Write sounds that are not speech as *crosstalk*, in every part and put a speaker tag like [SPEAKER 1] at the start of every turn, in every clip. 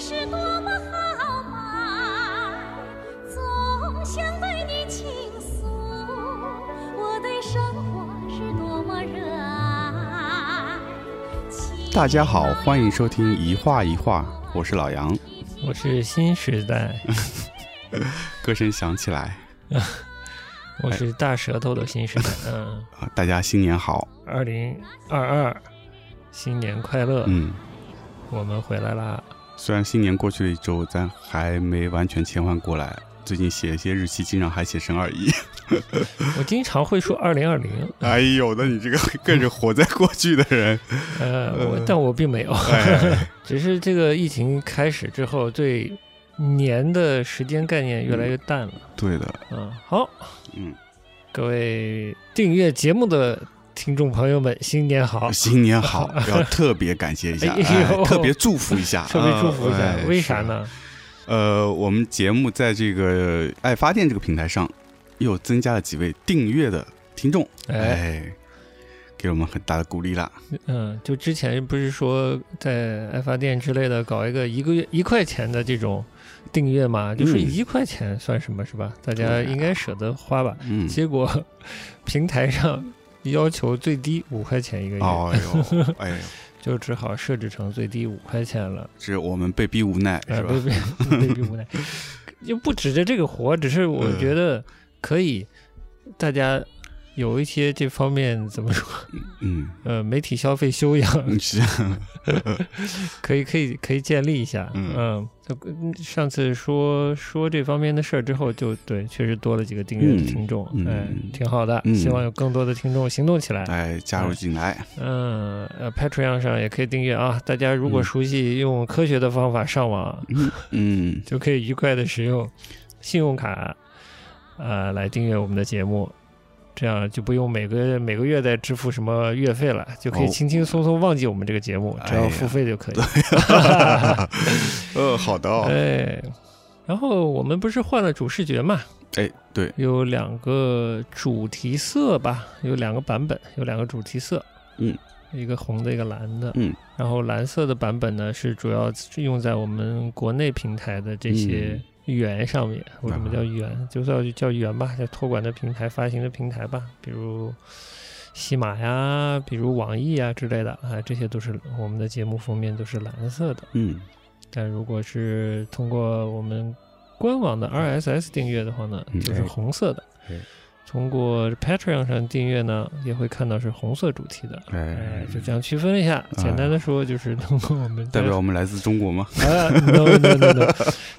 [SPEAKER 1] 是多么豪迈，总想对你倾诉，我对生活是多么热爱。
[SPEAKER 2] 大家好，欢迎收听一画一画，我是老杨。
[SPEAKER 3] 我是新时
[SPEAKER 2] *laughs*
[SPEAKER 3] 代，
[SPEAKER 2] 歌声响起来
[SPEAKER 3] 我是大舌头的新时代。嗯，
[SPEAKER 2] 啊，大家新年好。
[SPEAKER 3] 二零二二，新年快乐！
[SPEAKER 2] 嗯，
[SPEAKER 3] 我们回来啦。
[SPEAKER 2] 虽然新年过去了一周，咱还没完全切换过来。最近写一些日期，经常还写成二一。
[SPEAKER 3] 我经常会说二零二零，
[SPEAKER 2] *laughs* 哎呦，那你这个 *laughs* 更是活在过去的人。
[SPEAKER 3] 呃，我但我并没有，
[SPEAKER 2] 哎，
[SPEAKER 3] *laughs* 只是这个疫情开始之后，对年的时间概念越来越淡了。
[SPEAKER 2] 对的，
[SPEAKER 3] 嗯，好，
[SPEAKER 2] 嗯，
[SPEAKER 3] 各位订阅节目的听众朋友们，新年好！
[SPEAKER 2] 新年 *laughs* 好，要特别感谢一下，
[SPEAKER 3] 哎呦
[SPEAKER 2] 哎 *laughs* 特别祝福一下，
[SPEAKER 3] 特别祝福一下，
[SPEAKER 2] 哎
[SPEAKER 3] 为啥？呢？
[SPEAKER 2] 是呃，我们节目在这个爱发电这个平台上，又增加了几位订阅的听众，
[SPEAKER 3] 哎，
[SPEAKER 2] 哎，给我们很大的鼓励啦。
[SPEAKER 3] 嗯，就之前不是说在爱发电之类的搞一个一个月一块钱的这种订阅嘛，就是
[SPEAKER 2] 嗯
[SPEAKER 3] 一块钱算什么是吧？大家
[SPEAKER 2] 对啊
[SPEAKER 3] 应该舍得花吧。
[SPEAKER 2] 嗯，
[SPEAKER 3] *laughs* 结果平台上要求最低五块钱一个月， *laughs*
[SPEAKER 2] 哦哎呦，哎呦，
[SPEAKER 3] 就只好设置成最低五块钱了。
[SPEAKER 2] 这我们被逼无奈
[SPEAKER 3] 哎，
[SPEAKER 2] 是吧
[SPEAKER 3] 被？逼
[SPEAKER 2] *laughs*
[SPEAKER 3] 被逼无奈，就不指着这个活，只是
[SPEAKER 2] 嗯
[SPEAKER 3] 我觉得可以，大家有一些这方面怎么说，
[SPEAKER 2] 嗯，
[SPEAKER 3] 呃，媒体消费修养
[SPEAKER 2] 嗯 *laughs* 是，
[SPEAKER 3] 可以可以可以建立一下，
[SPEAKER 2] 嗯
[SPEAKER 3] 嗯，就嗯上次说说这方面的事儿之后就，对，确实多了几个订阅的听众，
[SPEAKER 2] 嗯嗯
[SPEAKER 3] 哎，挺好的，
[SPEAKER 2] 嗯
[SPEAKER 3] 希望有更多的听众行动起来。
[SPEAKER 2] 哎，加入进来，
[SPEAKER 3] 嗯，呃，Patreon 上也可以订阅啊，大家如果
[SPEAKER 2] 嗯
[SPEAKER 3] 熟悉用科学的方法上网， *laughs*
[SPEAKER 2] 嗯，
[SPEAKER 3] 就可以愉快的使用信用卡，呃，来订阅我们的节目。这样就不用每个每个月再支付什么月费了，就可以
[SPEAKER 2] 哦
[SPEAKER 3] 轻轻松松忘记我们这个节目，只
[SPEAKER 2] 哎
[SPEAKER 3] 要
[SPEAKER 2] 呀
[SPEAKER 3] 付费就可以。
[SPEAKER 2] 呃，好的哦，
[SPEAKER 3] 哎，然后我们不是换了主视觉嘛？
[SPEAKER 2] 哎，对，
[SPEAKER 3] 有两个主题色吧，有两个版本，有两个主题色。
[SPEAKER 2] 嗯，
[SPEAKER 3] 一个红的，一个蓝的。
[SPEAKER 2] 嗯，
[SPEAKER 3] 然后蓝色的版本呢，是主要用在我们国内平台的这
[SPEAKER 2] 嗯
[SPEAKER 3] 些源上面。为什么
[SPEAKER 2] 啊
[SPEAKER 3] 叫源？就算叫源吧，叫托管的平台、发行的平台吧，比如。喜马呀，比如网易呀之类的啊，这些都是我们的节目封面都是蓝色的。
[SPEAKER 2] 嗯，
[SPEAKER 3] 但如果是通过我们官网的 RSS 订阅的话呢，
[SPEAKER 2] 嗯
[SPEAKER 3] 就是红色的
[SPEAKER 2] 哎哎；
[SPEAKER 3] 通过 Patreon 上订阅呢，也会看到是红色主题的。
[SPEAKER 2] 哎
[SPEAKER 3] 哎，，就这样区分一下。
[SPEAKER 2] 哎
[SPEAKER 3] 简单的说，就是通过我们
[SPEAKER 2] 代
[SPEAKER 3] 在
[SPEAKER 2] 表我们来自中国吗？
[SPEAKER 3] 啊，no no no
[SPEAKER 2] *laughs*
[SPEAKER 3] no，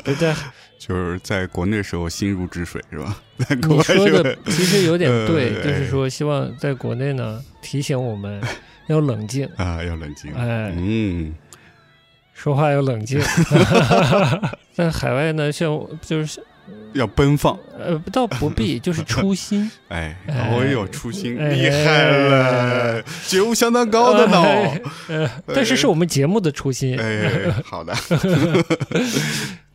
[SPEAKER 3] 对在
[SPEAKER 2] 就是在国内的时候心如止水是
[SPEAKER 3] *laughs*
[SPEAKER 2] 吧？在国
[SPEAKER 3] 你
[SPEAKER 2] 外
[SPEAKER 3] 说
[SPEAKER 2] 就
[SPEAKER 3] 的其实有点对，
[SPEAKER 2] 呃
[SPEAKER 3] 就是说希望在国内呢提醒我们要冷静，
[SPEAKER 2] 啊，要冷静，
[SPEAKER 3] 哎，
[SPEAKER 2] 嗯，
[SPEAKER 3] 说话要冷
[SPEAKER 2] *laughs*
[SPEAKER 3] 静。在海外呢，像我就是
[SPEAKER 2] 要奔放，
[SPEAKER 3] 呃，倒不必，就是初心。
[SPEAKER 2] 哎，
[SPEAKER 3] 哎
[SPEAKER 2] 我有初心，
[SPEAKER 3] 哎
[SPEAKER 2] 厉害了，觉悟相当高的
[SPEAKER 3] *laughs*
[SPEAKER 2] 呢。哦
[SPEAKER 3] 呃，但是是我们节目的初心，
[SPEAKER 2] 哎，好的，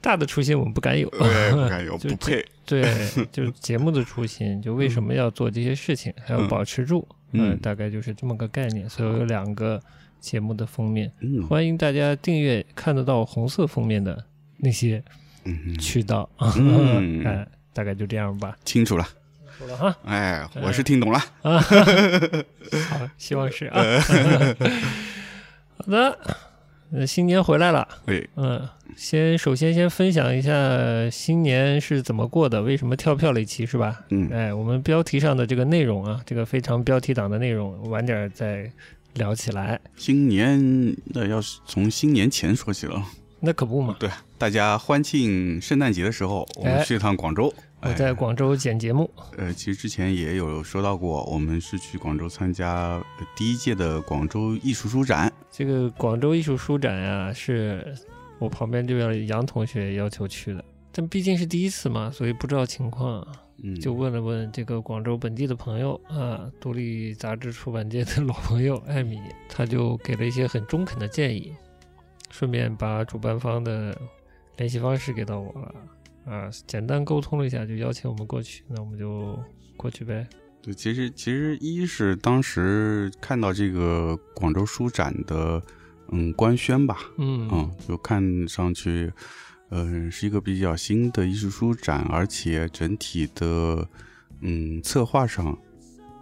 [SPEAKER 3] 大的初心我们不敢有。
[SPEAKER 2] 哎，不敢有，
[SPEAKER 3] 就
[SPEAKER 2] 不配，
[SPEAKER 3] 对， *laughs* 就是节目的初心，就为什么要做这些事情，还要保持住，
[SPEAKER 2] 嗯
[SPEAKER 3] 呃大概就是这么个概念。所以我有两个节目的封面，
[SPEAKER 2] 嗯
[SPEAKER 3] 欢迎大家订阅看得到红色封面的那些
[SPEAKER 2] 嗯，
[SPEAKER 3] 渠道。啊
[SPEAKER 2] 嗯
[SPEAKER 3] 哎，大概就这样
[SPEAKER 2] *laughs*
[SPEAKER 3] 吧。
[SPEAKER 2] 清楚了，
[SPEAKER 3] 好了哈，
[SPEAKER 2] 哎，我是听懂了，
[SPEAKER 3] 好，希望是啊。
[SPEAKER 2] 呃
[SPEAKER 3] *laughs* 好的，呃新年回来了。
[SPEAKER 2] 哎，
[SPEAKER 3] 嗯，先首先先分享一下新年是怎么过的，为什么跳票了一期是吧？
[SPEAKER 2] 嗯，
[SPEAKER 3] 哎，我们标题上的这个内容啊，这个非常标题党的内容，晚点儿再聊起来。
[SPEAKER 2] 新年那要是从新年前说起了，
[SPEAKER 3] 那可不嘛，
[SPEAKER 2] 对，大家欢庆圣诞节的时候，我们
[SPEAKER 3] 哎
[SPEAKER 2] 去一趟广州，
[SPEAKER 3] 我
[SPEAKER 2] 哎
[SPEAKER 3] 在广州剪节目，
[SPEAKER 2] 呃，其实之前也有说到过，我们是去广州参加呃第一届的广州艺术书展。
[SPEAKER 3] 这个广州艺术书展啊，是我旁边这边的杨同学要求去的。但毕竟是第一次嘛，所以不知道情况，啊
[SPEAKER 2] 嗯，
[SPEAKER 3] 就问了问这个广州本地的朋友啊，独立杂志出版界的老朋友艾米，他就给了一些很中肯的建议，顺便把主办方的联系方式给到我了啊，简单沟通了一下，就邀请我们过去，那我们就过去呗。
[SPEAKER 2] 对，其实其实一是当时看到这个广州书展的嗯官宣吧，
[SPEAKER 3] 嗯
[SPEAKER 2] 嗯，就看上去，呃，是一个比较新的艺术书展，而且整体的嗯策划上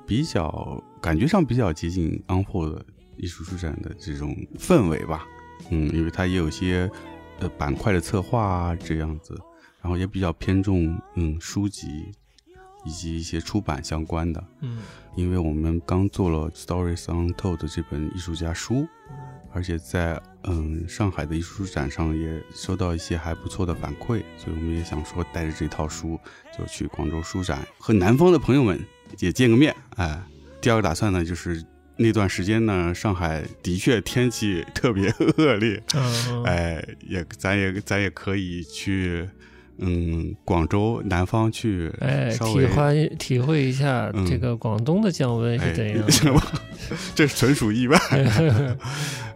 [SPEAKER 2] 比较感觉上比较接近 Unfold 的艺术书展的这种氛围吧，嗯，因为它也有一些呃板块的策划啊这样子，然后也比较偏重嗯书籍以及一些出版相关的，
[SPEAKER 3] 嗯
[SPEAKER 2] 因为我们刚做了《Stories Untold》这本艺术家书，而且在嗯上海的艺术展上也收到一些还不错的反馈，所以我们也想说带着这套书就去广州书展和南方的朋友们也见个面。哎，第二个打算呢就是那段时间呢，上海的确天气特别恶劣， *laughs*
[SPEAKER 3] 嗯，
[SPEAKER 2] 哎，也咱也咱也可以去嗯广州南方去
[SPEAKER 3] 哎，
[SPEAKER 2] 稍
[SPEAKER 3] 体
[SPEAKER 2] 微
[SPEAKER 3] 会体会一下
[SPEAKER 2] 嗯
[SPEAKER 3] 这个广东的降温是
[SPEAKER 2] *laughs*
[SPEAKER 3] 怎样
[SPEAKER 2] 哎、什
[SPEAKER 3] 的。
[SPEAKER 2] 么？这纯属意外。 *laughs* 呃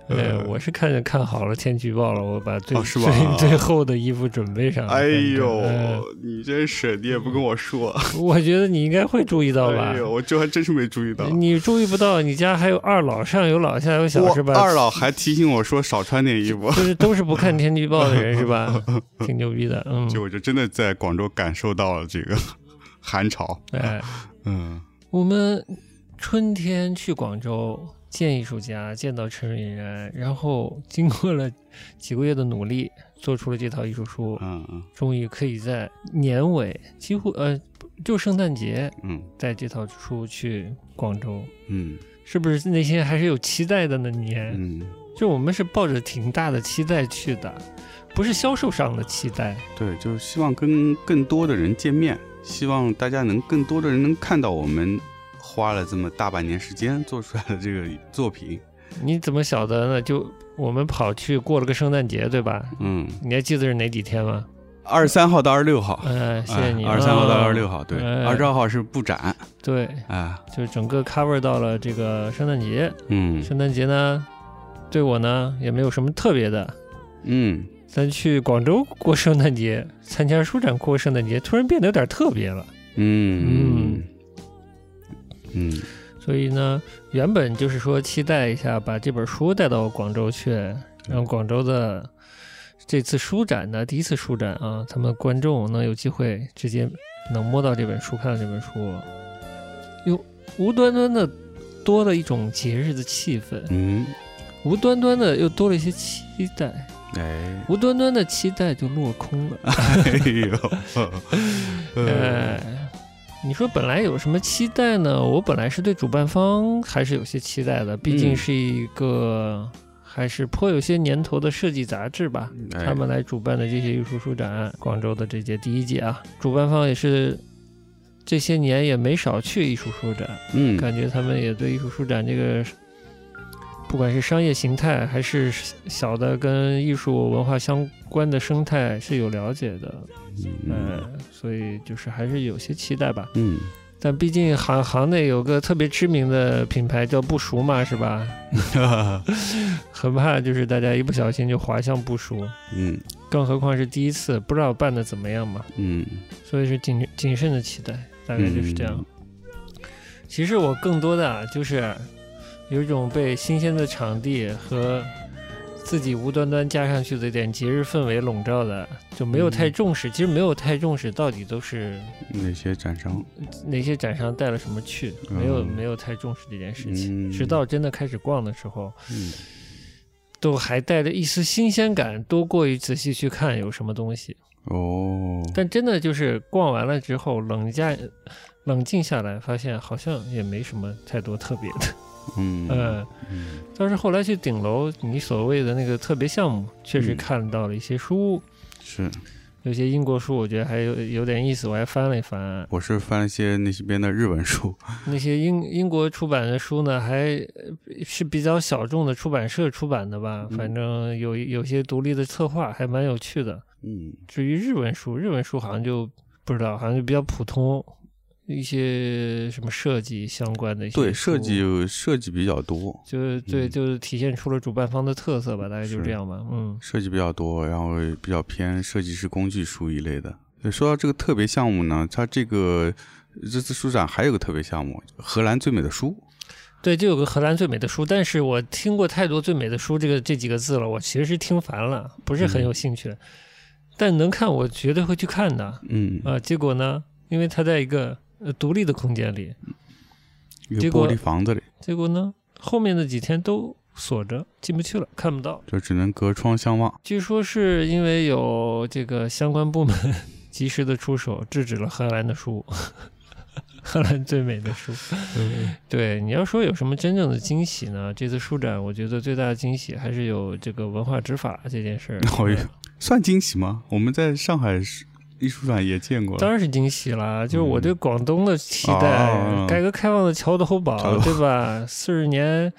[SPEAKER 3] 哎，我是看着看好了天气预报了，我把最
[SPEAKER 2] 哦是吧
[SPEAKER 3] 最 *laughs* 最厚的衣服准备上了。
[SPEAKER 2] 哎
[SPEAKER 3] 哎
[SPEAKER 2] 呦，你真是，你也不跟我说。
[SPEAKER 3] 我觉得你应该会注意 *laughs* 到吧
[SPEAKER 2] 哎？呦，我这还真是没注意到。
[SPEAKER 3] 你注意不到，你家还有二老，上有老下有小
[SPEAKER 2] 我
[SPEAKER 3] 是吧？嗯
[SPEAKER 2] 二 *laughs* 老还提醒我说少穿点衣服，
[SPEAKER 3] 就是都是不看天气预报的人是吧？挺牛逼的，嗯，
[SPEAKER 2] 就我就真的在广州感受到了这
[SPEAKER 3] *laughs*
[SPEAKER 2] 个寒潮。
[SPEAKER 3] 哎，
[SPEAKER 2] 嗯，
[SPEAKER 3] 我们春天去广州见艺术家，见到陈允然，然后经过了几个月的努力，做出了这套艺术书，
[SPEAKER 2] 嗯嗯
[SPEAKER 3] 终于可以在年尾，几乎呃，就圣诞节
[SPEAKER 2] 嗯
[SPEAKER 3] 带这套书去广州，
[SPEAKER 2] 嗯
[SPEAKER 3] 是不是内心还是有期待的呢？你，
[SPEAKER 2] 嗯，
[SPEAKER 3] 就我们是抱着挺大的期待去的，不是销售上的期待。
[SPEAKER 2] 对，就是希望跟更多的人见面，希望大家能更多的人能看到我们花了这么大半年时间做出来的这个作品。
[SPEAKER 3] 你怎么晓得呢？就我们跑去过了个圣诞节，对吧？
[SPEAKER 2] 嗯，
[SPEAKER 3] 你还记得是哪几天吗？
[SPEAKER 2] 二十三号到二十六号。
[SPEAKER 3] 呃，谢谢你。
[SPEAKER 2] 哎二十三号到
[SPEAKER 3] 嗯
[SPEAKER 2] 二十六号，对，
[SPEAKER 3] 哎
[SPEAKER 2] 二十二号是布展，
[SPEAKER 3] 对，
[SPEAKER 2] 哎，
[SPEAKER 3] 就整个 cover 到了这个圣诞节。
[SPEAKER 2] 嗯
[SPEAKER 3] 圣诞节呢，对我呢也没有什么特别的。
[SPEAKER 2] 嗯，
[SPEAKER 3] 咱去广州过圣诞节，参加书展过圣诞节，突然变得有点特别了。
[SPEAKER 2] 嗯
[SPEAKER 3] 嗯
[SPEAKER 2] 嗯
[SPEAKER 3] 所以呢，原本就是说期待一下把这本书带到广州去，让广州的这次书展呢，第一次书展啊，他们观众能有机会直接能摸到这本书，看到这本书，有无端端的多了一种节日的气氛，
[SPEAKER 2] 嗯，
[SPEAKER 3] 无端端的又多了一些期待，
[SPEAKER 2] 哎，
[SPEAKER 3] 无端端的期待就落空了。
[SPEAKER 2] 哎
[SPEAKER 3] *laughs*
[SPEAKER 2] 呦，呃，
[SPEAKER 3] 哎，你说本来有什么期待呢？我本来是对主办方还是有些期待的，毕竟
[SPEAKER 2] 嗯
[SPEAKER 3] 是一个还是颇有些年头的设计杂志吧。
[SPEAKER 2] 哎
[SPEAKER 3] 他们来主办的这些艺术书展，广州的这届第一届啊，主办方也是这些年也没少去艺术书展，
[SPEAKER 2] 嗯，
[SPEAKER 3] 感觉他们也对艺术书展这个，不管是商业形态还是小的跟艺术文化相关的生态是有了解的。
[SPEAKER 2] 嗯
[SPEAKER 3] 嗯，所以就是还是有些期待吧。
[SPEAKER 2] 嗯，
[SPEAKER 3] 但毕竟行行内有个特别知名的品牌叫不熟嘛，是吧？呃
[SPEAKER 2] 嗯
[SPEAKER 3] 很怕就是大家一不小心就滑向不熟，
[SPEAKER 2] 嗯
[SPEAKER 3] 更何况是第一次，不知道办的怎么样嘛。
[SPEAKER 2] 嗯，
[SPEAKER 3] 所以是谨谨慎的期待，大概就是这样。其实我更多的啊，就是有一种被新鲜的场地和自己无端端加上去的一点节日氛围笼罩的，就没有太
[SPEAKER 2] 嗯
[SPEAKER 3] 重视。其实没有太重视，到底都是
[SPEAKER 2] 那些展商，
[SPEAKER 3] 哪些展商带了什么去，
[SPEAKER 2] 嗯
[SPEAKER 3] 没有没有太重视这件事情，
[SPEAKER 2] 嗯
[SPEAKER 3] 直到真的开始逛的时候，
[SPEAKER 2] 嗯
[SPEAKER 3] 都还带着一丝新鲜感，多过于仔细去看有什么东西。
[SPEAKER 2] 哦，
[SPEAKER 3] 但真的就是逛完了之后，冷下冷静下来，发现好像也没什么太多特别的。
[SPEAKER 2] 嗯
[SPEAKER 3] 呃，
[SPEAKER 2] 嗯
[SPEAKER 3] 倒是后来去顶楼，你所谓的那个特别项目，确实
[SPEAKER 2] 嗯
[SPEAKER 3] 看到了一些书，
[SPEAKER 2] 是，
[SPEAKER 3] 有些英国书，我觉得还有有点意思，我还翻啊了一翻。
[SPEAKER 2] 我是翻了一些那些边的日文书，
[SPEAKER 3] 那些英英国出版的书呢，还呃是比较小众的出版社出版的吧，
[SPEAKER 2] 嗯
[SPEAKER 3] 反正有有些独立的策划，还蛮有趣的。
[SPEAKER 2] 嗯
[SPEAKER 3] 至于日文书，日文书好像就不知道，好像就比较普通，一些什么设计相关的一些
[SPEAKER 2] 对，
[SPEAKER 3] 书
[SPEAKER 2] 设计设计比较多，
[SPEAKER 3] 就是对，
[SPEAKER 2] 嗯
[SPEAKER 3] 就是体现出了主办方的特色吧，大概就是这样吧。嗯
[SPEAKER 2] 设计比较多，然后比较偏设计师工具书一类的。对说到这个特别项目呢，它这个这次书展还有个特别项目——荷兰最美的书。
[SPEAKER 3] 对，就有个荷兰最美的书，但是我听过太多“最美的书”这个这几个字了，我其实是听烦了，不是
[SPEAKER 2] 嗯
[SPEAKER 3] 很有兴趣。但能看，我绝对会去看的。
[SPEAKER 2] 嗯，
[SPEAKER 3] 啊，结果呢，因为它在一个呃独立的空间里，
[SPEAKER 2] 一个
[SPEAKER 3] 结
[SPEAKER 2] 玻
[SPEAKER 3] 果
[SPEAKER 2] 璃房子里，
[SPEAKER 3] 结果呢，后面的几天都锁着，进不去了，看不到。
[SPEAKER 2] 就只能隔窗相望。。
[SPEAKER 3] 据说是因为有这个相关部门及时的出手，制止了荷兰的书， *laughs* 荷兰最美的书。对，你要说有什么真正的惊喜呢？这次书展，我觉得最大的惊喜还是有这个文化执法这件事儿
[SPEAKER 2] 哎呦算惊喜吗？我们在上海是艺术展也见过了，
[SPEAKER 3] 当然是惊喜啦！就是我对广东的期
[SPEAKER 2] 嗯
[SPEAKER 3] 待
[SPEAKER 2] 哦，
[SPEAKER 3] 改革开放的桥头堡
[SPEAKER 2] 桥头，
[SPEAKER 3] 对吧？四十年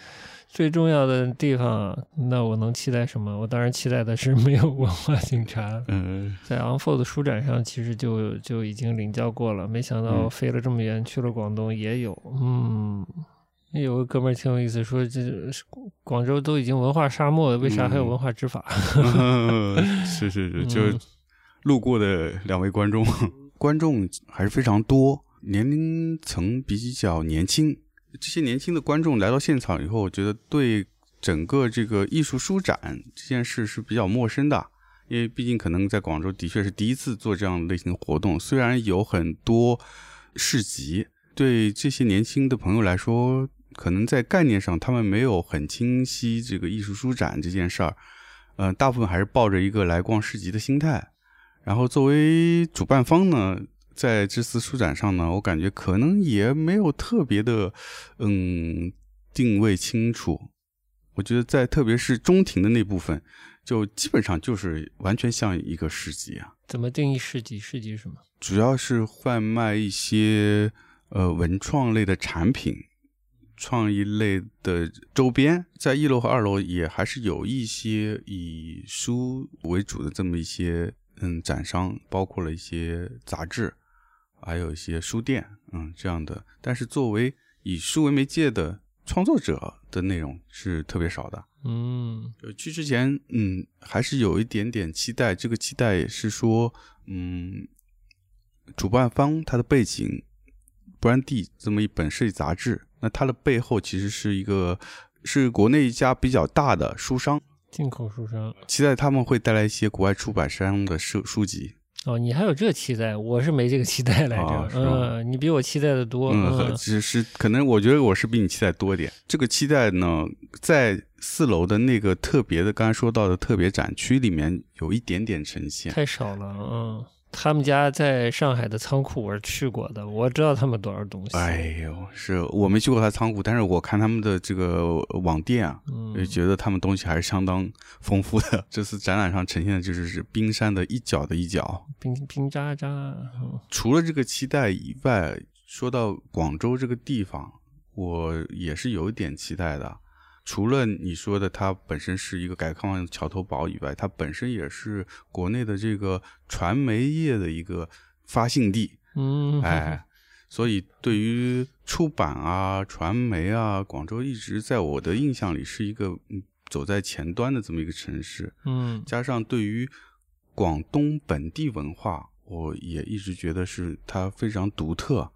[SPEAKER 3] 最重要的地方，那我能期待什么？我当然期待的是没有文化警察。
[SPEAKER 2] 嗯，
[SPEAKER 3] 在 Unfold 书展上，其实就就已经领教过了，没想到
[SPEAKER 2] 嗯
[SPEAKER 3] 飞了这么远去了广东也有，嗯。有个哥们儿挺有意思，说这是广州都已经文化沙漠了，为啥还有
[SPEAKER 2] 嗯
[SPEAKER 3] 文化执法？ *laughs*
[SPEAKER 2] *laughs* 是是是，
[SPEAKER 3] 嗯
[SPEAKER 2] 就路过的两位观众， *laughs* 观众还是非常多，年龄层比较年轻。这些年轻的观众来到现场以后，我觉得对整个这个艺术书展这件事是比较陌生的，因为毕竟可能在广州的确是第一次做这样类型的活动。虽然有很多市集，对这些年轻的朋友来说，可能在概念上他们没有很清晰这个艺术书展这件事儿，嗯、大部分还是抱着一个来逛市集的心态。然后作为主办方呢，在这次书展上呢，我感觉可能也没有特别的，嗯，定位清楚。我觉得在特别是中庭的那部分，就基本上就是完全像一个市集啊，
[SPEAKER 3] 怎么定义市集？市集是什么？
[SPEAKER 2] 主要是贩卖一些呃文创类的产品、创意类的周边，在一楼和二楼也还是有一些以书为主的这么一些嗯展商，包括了一些杂志，还有一些书店，嗯这样的。但是作为以书为媒介的创作者的内容是特别少的。
[SPEAKER 3] 嗯，
[SPEAKER 2] 呃，去之前，嗯，还是有一点点期待。这个期待也是说，嗯，主办方他的背景，布兰蒂这么一本设计杂志，那它的背后其实是一个是国内一家比较大的书商，
[SPEAKER 3] 进口书商
[SPEAKER 2] 期待他们会带来一些国外出版商的书书籍。
[SPEAKER 3] 哦，你还有这期待？我是没这个期待来着。
[SPEAKER 2] 啊是吗
[SPEAKER 3] 嗯，你比我期待的多。
[SPEAKER 2] 嗯，只是可能我觉得我是比你期待多一点。这个期待呢，在四楼的那个特别的，刚才说到的特别展区里面有一点点呈现。
[SPEAKER 3] 太少了。嗯，他们家在上海的仓库我是去过的，我知道他们多少东西。
[SPEAKER 2] 哎呦，是我没去过他仓库，但是我看他们的这个网店啊，就
[SPEAKER 3] 嗯，
[SPEAKER 2] 觉得他们东西还是相当丰富的。 *laughs* 这次展览上呈现的就是是冰山的一角的一角。
[SPEAKER 3] 冰冰渣渣。嗯
[SPEAKER 2] 除了这个期待以外，说到广州这个地方，我也是有一点期待的。除了你说的它本身是一个改革开放的桥头堡以外，它本身也是国内的这个传媒业的一个发信地。
[SPEAKER 3] 嗯，
[SPEAKER 2] 哎，所以对于出版啊、传媒啊，广州一直在我的印象里是一个嗯走在前端的这么一个城市。
[SPEAKER 3] 嗯，
[SPEAKER 2] 加上对于广东本地文化，我也一直觉得是它非常独特。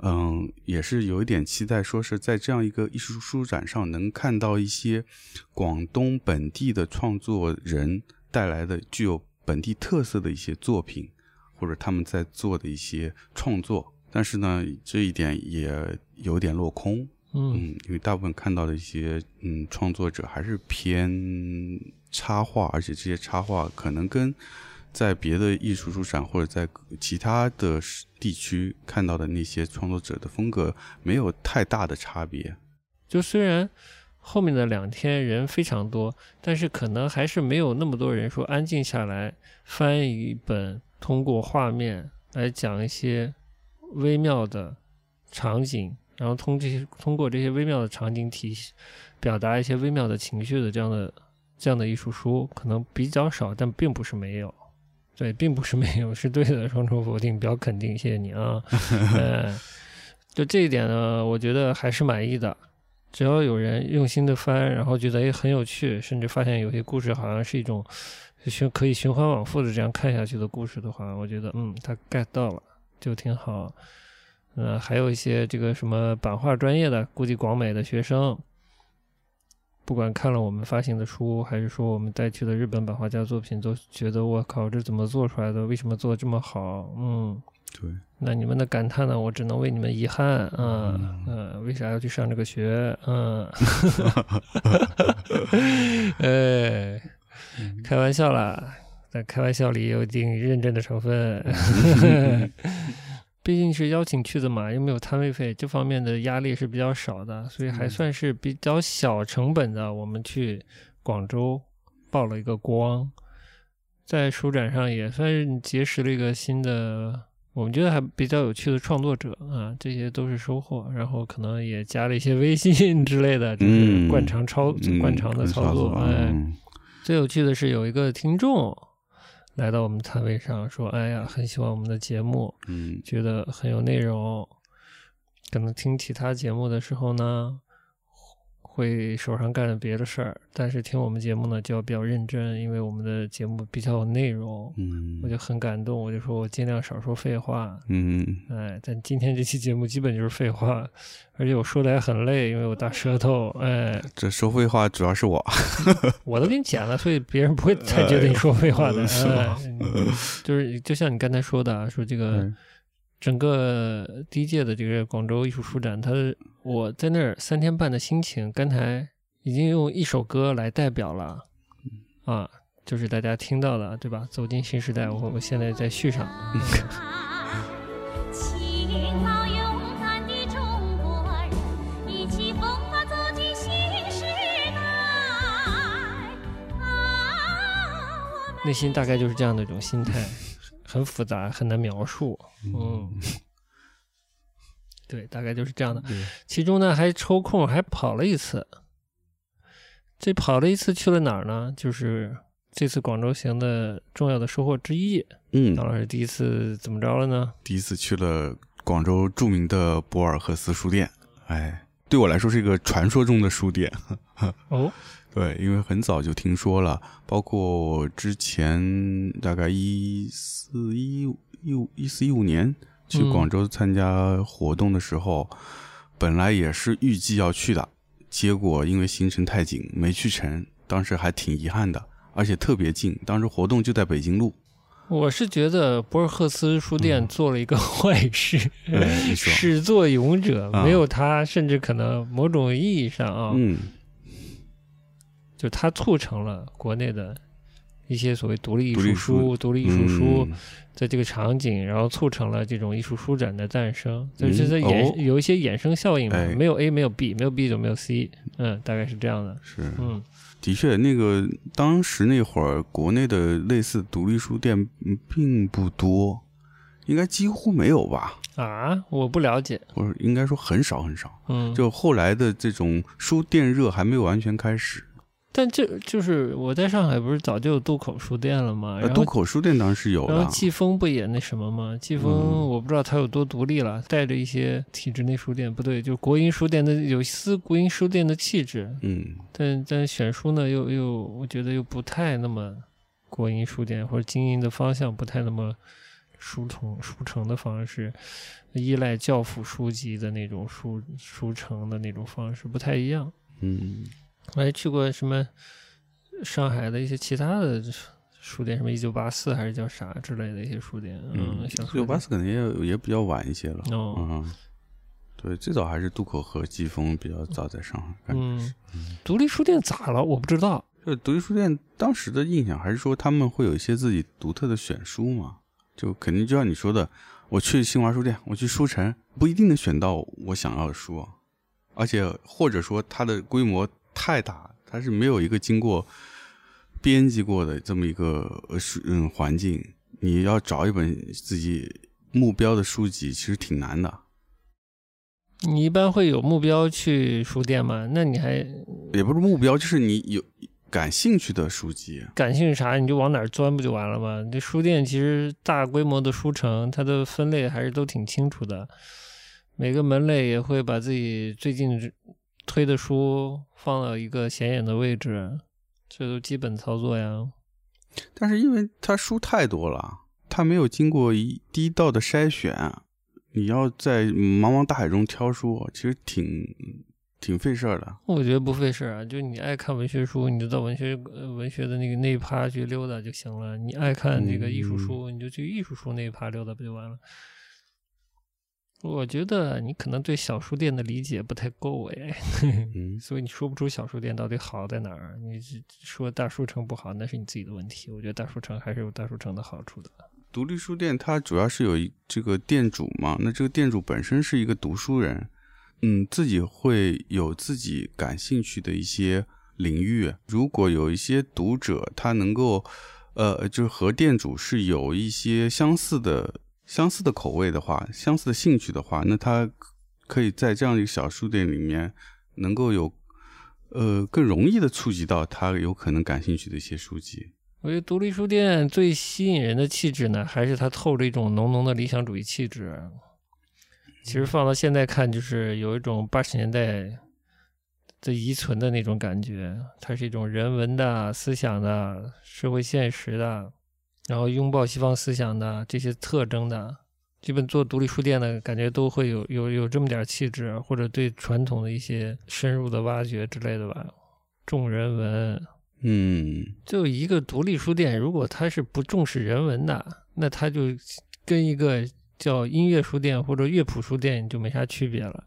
[SPEAKER 2] 嗯，也是有一点期待，说是在这样一个艺术书展上能看到一些广东本地的创作人带来的具有本地特色的一些作品，或者他们在做的一些创作。但是呢，这一点也有点落空。
[SPEAKER 3] 嗯，
[SPEAKER 2] 嗯，因为大部分看到的一些嗯创作者还是偏插画，而且这些插画可能跟在别的艺术书展或者在其他的市地区看到的那些创作者的风格没有太大的差别。
[SPEAKER 3] 就虽然。后面的两天人非常多，但是可能还是没有那么多人说安静下来翻一本，通过画面来讲一些微妙的场景，然后通这些通过这些微妙的场景体表达一些微妙的情绪的这样的这样的艺术书，可能比较少，但并不是没有。对，并不是没有，是对的，双重否定，比较肯定，谢谢你啊。呃，就这一点呢，我觉得还是满意的。只要有人用心的翻，然后觉得诶很有趣，甚至发现有些故事好像是一种循可以循环往复的这样看下去的故事的话，我觉得嗯，他 get 到了就挺好。呃，还有一些这个什么版画专业的，估计广美的学生，不管看了我们发行的书，还是说我们带去的日本版画家作品，都觉得我靠，这怎么做出来的？为什么做得这么好？嗯，
[SPEAKER 2] 对，
[SPEAKER 3] 那你们的感叹呢，我只能为你们遗憾啊，嗯、呃，为啥要去上这个学？嗯， *laughs* 哎，开玩笑啦，但开玩笑里也有一定认真的成分，毕竟是邀请去的嘛，又没有摊位费，这方面的压力是比较少的，所以还算是比较小成本的。我们去广州报了一个光，在书展上也算是结识了一个新的。我们觉得还比较有趣的创作者啊，这些都是收获。然后可能也加了一些微信之类的，就是
[SPEAKER 2] 嗯
[SPEAKER 3] 惯常操、
[SPEAKER 2] 嗯
[SPEAKER 3] 惯常的操作。哎，
[SPEAKER 2] 嗯
[SPEAKER 3] 最有趣的是有一个听众来到我们摊位上说：“哎呀，很喜欢我们的节目，
[SPEAKER 2] 嗯
[SPEAKER 3] 觉得很有内容。可能听其他节目的时候呢，会手上干着别的事儿，但是听我们节目呢就要比较认真，因为我们的节目比较有内容。
[SPEAKER 2] 嗯，
[SPEAKER 3] 我就很感动，我就说我尽量少说废话。
[SPEAKER 2] 嗯
[SPEAKER 3] 哎，但今天这期节目基本就是废话，而且我说的还很累，因为我大舌头。哎，
[SPEAKER 2] 这说废话主要是我，
[SPEAKER 3] *laughs* 我都给你剪了，所以别人不会再觉得你说废话
[SPEAKER 2] *laughs*
[SPEAKER 3] 的。
[SPEAKER 2] 是
[SPEAKER 3] 哎
[SPEAKER 2] 吗，
[SPEAKER 3] 嗯就是就像你刚才说的啊，说这个
[SPEAKER 2] 嗯
[SPEAKER 3] 整个第一届的这个广州艺术书展，它我在那儿三天半的心情，刚才已经用一首歌来代表了啊，就是大家听到的对吧？走进新时代，我我现在再续上。 *laughs*
[SPEAKER 1] 勤劳勇敢的中国人，一起风华走进新时代。啊，我们
[SPEAKER 3] 内心大概就是这样的一种心态， *laughs* 很复杂，很难描述。嗯，对，大概就是这样的。其中呢，还抽空还跑了一次。这跑了一次去了哪儿呢？就是这次广州行的重要的收获之一。
[SPEAKER 2] 嗯
[SPEAKER 3] 当，老师第一次怎么着了呢？
[SPEAKER 2] 第一次去了广州著名的博尔赫斯书店，哎，对我来说是一个传说中的书店。
[SPEAKER 3] 哦，
[SPEAKER 2] 对，因为很早就听说了，包括之前大概一四一五一五一四一五年去
[SPEAKER 3] 嗯
[SPEAKER 2] 广州参加活动的时候，本来也是预计要去的，结果因为行程太紧没去成，当时还挺遗憾的，而且特别近，当时活动就在北京路。
[SPEAKER 3] 我是觉得博尔赫斯书店做了一个 *laughs* 坏事，
[SPEAKER 2] 哎嗯你说
[SPEAKER 3] 始作俑者
[SPEAKER 2] 啊
[SPEAKER 3] 没有他，甚至可能某种意义上啊，
[SPEAKER 2] 嗯，
[SPEAKER 3] 就它促成了国内的一些所谓独立艺
[SPEAKER 2] 独立
[SPEAKER 3] 术
[SPEAKER 2] 艺
[SPEAKER 3] 书、
[SPEAKER 2] 术
[SPEAKER 3] 独立艺术书
[SPEAKER 2] 嗯
[SPEAKER 3] 在这个场景，然后促成了这种艺术书展的诞生，
[SPEAKER 2] 嗯
[SPEAKER 3] 就是在衍、
[SPEAKER 2] 哦
[SPEAKER 3] 有一些衍生效应嘛。
[SPEAKER 2] 哎
[SPEAKER 3] 没有 A，没有 B，没有 B 就没有 C，嗯，大概是这样的。
[SPEAKER 2] 是，
[SPEAKER 3] 嗯，
[SPEAKER 2] 的确，那个当时那会儿，国内的类似独立书店嗯并不多，应该几乎没有吧，
[SPEAKER 3] 啊，我不了解，
[SPEAKER 2] 或者应该说很少很少。
[SPEAKER 3] 嗯，
[SPEAKER 2] 就后来的这种书店热还没有完全开始，
[SPEAKER 3] 但这就是我在上海不是早就有渡口书店了嘛，
[SPEAKER 2] 呃，
[SPEAKER 3] 嗯然后
[SPEAKER 2] 渡口书店当时有
[SPEAKER 3] 然后
[SPEAKER 2] 了，
[SPEAKER 3] 季风不也那什么吗？季风
[SPEAKER 2] 嗯
[SPEAKER 3] 我不知道他有多独立了，带着一些体制内书店，不对，就是国营书店的有丝国营书店的气质，
[SPEAKER 2] 嗯，
[SPEAKER 3] 但但选书呢，又又我觉得又不太那么国营书店或者经营的方向不太那么书城书城的方式，依赖教辅书籍的那种书书城的那种方式不太一样。
[SPEAKER 2] 嗯，
[SPEAKER 3] 我还去过什么上海的一些其他的书店，什么一九八四还是叫啥之类的一些书店，嗯，小书
[SPEAKER 2] 六八
[SPEAKER 3] 店
[SPEAKER 2] 四可能也也比较晚一些了，
[SPEAKER 3] 哦
[SPEAKER 2] 嗯，对，最早还是渡口和季风比较早在上海，感觉
[SPEAKER 3] 嗯，独立书店咋了？我不知道。
[SPEAKER 2] 就独立书店当时的印象还是说他们会有一些自己独特的选书嘛，就肯定就像你说的，我去新华书店，我去书城，不一定能选到我想要的书啊，而且或者说它的规模太大，它是没有一个经过编辑过的这么一个呃书嗯环境，你要找一本自己目标的书籍其实挺难的，
[SPEAKER 3] 你一般会有目标去书店吗？那你还
[SPEAKER 2] 也不是目标，就是你有感兴趣的书籍，
[SPEAKER 3] 感兴趣啥你就往哪儿钻不就完了吗？这书店其实大规模的书城，它的分类还是都挺清楚的，每个门类也会把自己最近推的书放到一个显眼的位置，这都基本操作呀。
[SPEAKER 2] 但是因为它书太多了，它没有经过一第一道的筛选，你要在茫茫大海中挑书，其实挺挺费事儿的。
[SPEAKER 3] 我觉得不费事儿啊，就你爱看文学书，你就到文学呃文学的那个那一趴去溜达就行了；你爱看这个艺术书，你就去艺术书那一趴溜达不就完了？我觉得你可能对小书店的理解不太够哎，
[SPEAKER 2] 嗯
[SPEAKER 3] 所以你说不出小书店到底好在哪儿。你是说大书城不好，那是你自己的问题。我觉得大书城还是有大书城的好处的。
[SPEAKER 2] 独立书店它主要是有一这个店主嘛，那这个店主本身是一个读书人，嗯，自己会有自己感兴趣的一些领域。如果有一些读者他能够，呃，就是和店主是有一些相似的、相似的口味的话，相似的兴趣的话，那他可以在这样一个小书店里面能够有，呃，更容易的触及到他有可能感兴趣的一些书籍。
[SPEAKER 3] 我觉得独立书店最吸引人的气质呢，还是它透着一种浓浓的理想主义气质。啊其实放到现在看，就是有一种八十年代的遗存的那种感觉。它是一种人文的、思想的、社会现实的，然后拥抱西方思想的这些特征的。基本做独立书店的感觉都会有有有这么点气质，或者对传统的一些深入的挖掘之类的吧。重人文，
[SPEAKER 2] 嗯，
[SPEAKER 3] 就一个独立书店，如果它是不重视人文的，那它就跟一个叫音乐书店或者乐谱书店就没啥区别了。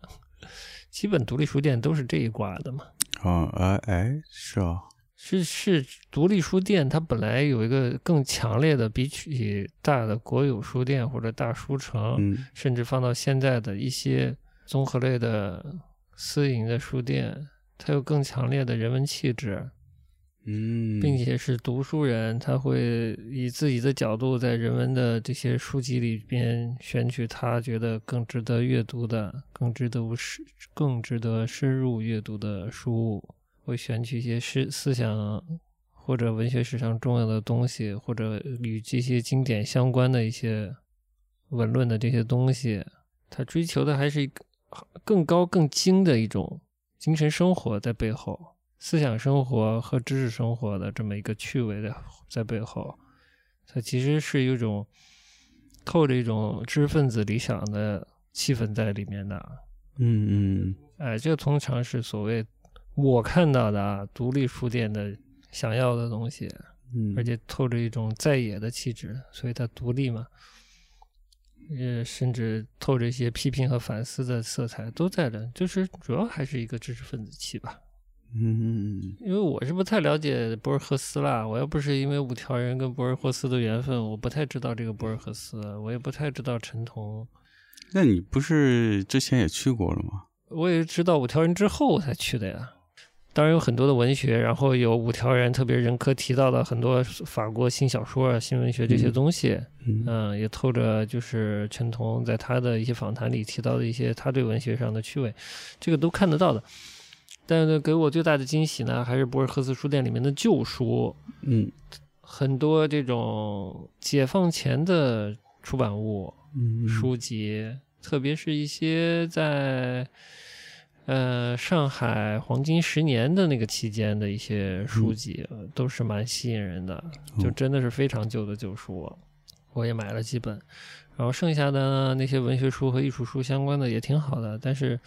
[SPEAKER 3] 基本独立书店都是这一挂的嘛。
[SPEAKER 2] 哦，哎哎，是哦。
[SPEAKER 3] 是是，独立书店它本来有一个更强烈的，比起大的国有书店或者大书城，
[SPEAKER 2] 嗯
[SPEAKER 3] 甚至放到现在的一些综合类的私营的书店，它有更强烈的人文气质。
[SPEAKER 2] 嗯，
[SPEAKER 3] 并且是读书人，他会以自己的角度在人文的这些书籍里边选取他觉得更值得阅读的、更值得深、更值得深入阅读的书，会选取一些思思想或者文学史上重要的东西，或者与这些经典相关的一些文论的这些东西。他追求的还是一个更高、更精的一种精神生活在背后。思想生活和知识生活的这么一个趣味的在背后，它其实是有一种透着一种知识分子理想的气氛在里面的。
[SPEAKER 2] 嗯嗯
[SPEAKER 3] 哎，这通常是所谓我看到的啊，独立书店的想要的东西，
[SPEAKER 2] 嗯，
[SPEAKER 3] 而且透着一种在野的气质，所以它独立嘛。呃，甚至透着一些批评和反思的色彩都在的，就是主要还是一个知识分子气吧。
[SPEAKER 2] 嗯嗯
[SPEAKER 3] 因为我是不太了解博尔赫斯啦，我要不是因为五条人跟博尔赫斯的缘分，我不太知道这个博尔赫斯，我也不太知道陈彤，
[SPEAKER 2] 那你不是之前也去过了吗？
[SPEAKER 3] 我也是知道五条人之后我才去的呀。当然有很多的文学，然后有五条人，特别任科提到的很多法国新小说啊、新文学这些东西，
[SPEAKER 2] 嗯
[SPEAKER 3] 嗯，也透着就是陈彤在他的一些访谈里提到的一些他对文学上的趣味，这个都看得到的。但是给我最大的惊喜呢，还是博尔赫斯书店里面的旧书，
[SPEAKER 2] 嗯
[SPEAKER 3] 很多这种解放前的出版物、
[SPEAKER 2] 嗯，
[SPEAKER 3] 书籍，特别是一些在呃上海黄金十年的那个期间的一些书籍，
[SPEAKER 2] 嗯
[SPEAKER 3] 呃都是蛮吸引人的，
[SPEAKER 2] 哦
[SPEAKER 3] 就真的是非常旧的旧书，我也买了几本。然后剩下的呢那些文学书和艺术书相关的也挺好的，但是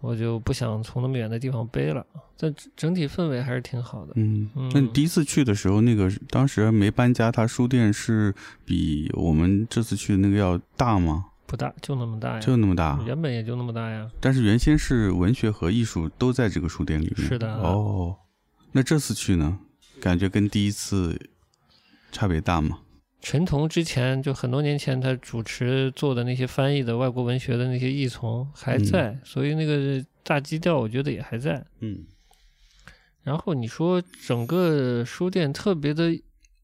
[SPEAKER 3] 我就不想从那么远的地方背了。但整体氛围还是挺好的。
[SPEAKER 2] 嗯，那你第一次去的时候，那个当时没搬家，它书店是比我们这次去的那个要大吗？
[SPEAKER 3] 不大，就那么大呀，
[SPEAKER 2] 就那么大，
[SPEAKER 3] 原本也就那么大呀。
[SPEAKER 2] 但是原先是文学和艺术都在这个书店里面。
[SPEAKER 3] 是的
[SPEAKER 2] 哦，那这次去呢，感觉跟第一次差别大吗？
[SPEAKER 3] 陈彤之前就很多年前，他主持做的那些翻译的外国文学的那些译丛还在，所以那个大基调我觉得也还在。
[SPEAKER 2] 嗯
[SPEAKER 3] 然后你说整个书店特别的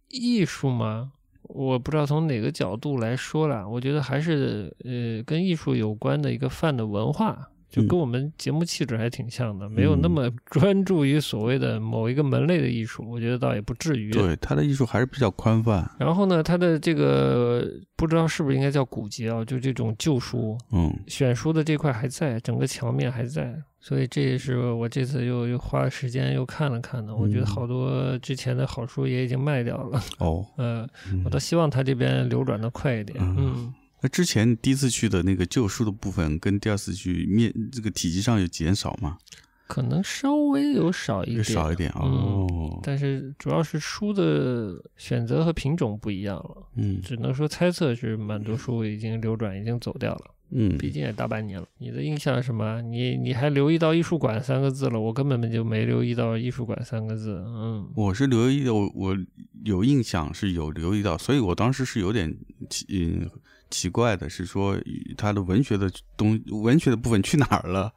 [SPEAKER 3] 艺术吗？我不知道从哪个角度来说啦，我觉得还是呃跟艺术有关的一个泛的文化，就跟我们节目气质还挺像的，没有那么专注于所谓的某一个门类的艺术，我觉得倒也不至于。
[SPEAKER 2] 对，它的艺术还是比较宽泛。
[SPEAKER 3] 然后呢，它的这个不知道是不是应该叫古籍啊，就这种旧书
[SPEAKER 2] 嗯
[SPEAKER 3] 选书的这块还在，整个墙面还在，所以这也是我这次又又花时间又看了看的。我
[SPEAKER 2] 嗯
[SPEAKER 3] 觉得好多之前的好书也已经卖掉了， *laughs*
[SPEAKER 2] 哦，
[SPEAKER 3] 呃，
[SPEAKER 2] 嗯
[SPEAKER 3] 我倒希望它这边流转的快一点。
[SPEAKER 2] 嗯
[SPEAKER 3] 嗯，
[SPEAKER 2] 那之前第一次去的那个旧书的部分，跟第二次去面这个体积上有减少吗？
[SPEAKER 3] 可能稍微有少一
[SPEAKER 2] 有
[SPEAKER 3] 点，嗯
[SPEAKER 2] 少一点哦。
[SPEAKER 3] 但是主要是书的选择和品种不一样了，
[SPEAKER 2] 嗯
[SPEAKER 3] 只能说猜测是蛮多书已经流转，已经走掉了，
[SPEAKER 2] 嗯
[SPEAKER 3] 毕竟也大半年了。你的印象是什么？你你还留意到“艺术馆”三个字了？我根本就没留意到“艺术馆”三个字。嗯，
[SPEAKER 2] 我是留意的，我我有印象是有留意到，所以我当时是有点奇嗯奇怪的，是说他的文学的东文学的部分去哪儿了？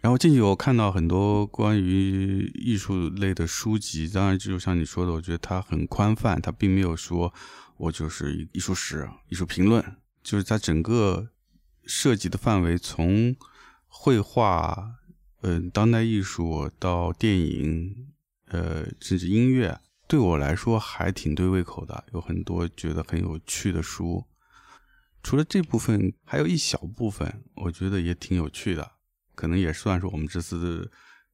[SPEAKER 2] 然后进去我看到很多关于艺术类的书籍，当然就像你说的，我觉得它很宽泛，它并没有说我就是艺术史、艺术评论，就是它整个涉及的范围从绘画、嗯、当代艺术到电影，呃，甚至音乐，对我来说还挺对胃口的，有很多觉得很有趣的书。除了这部分，还有一小部分，我觉得也挺有趣的，可能也算是我们这次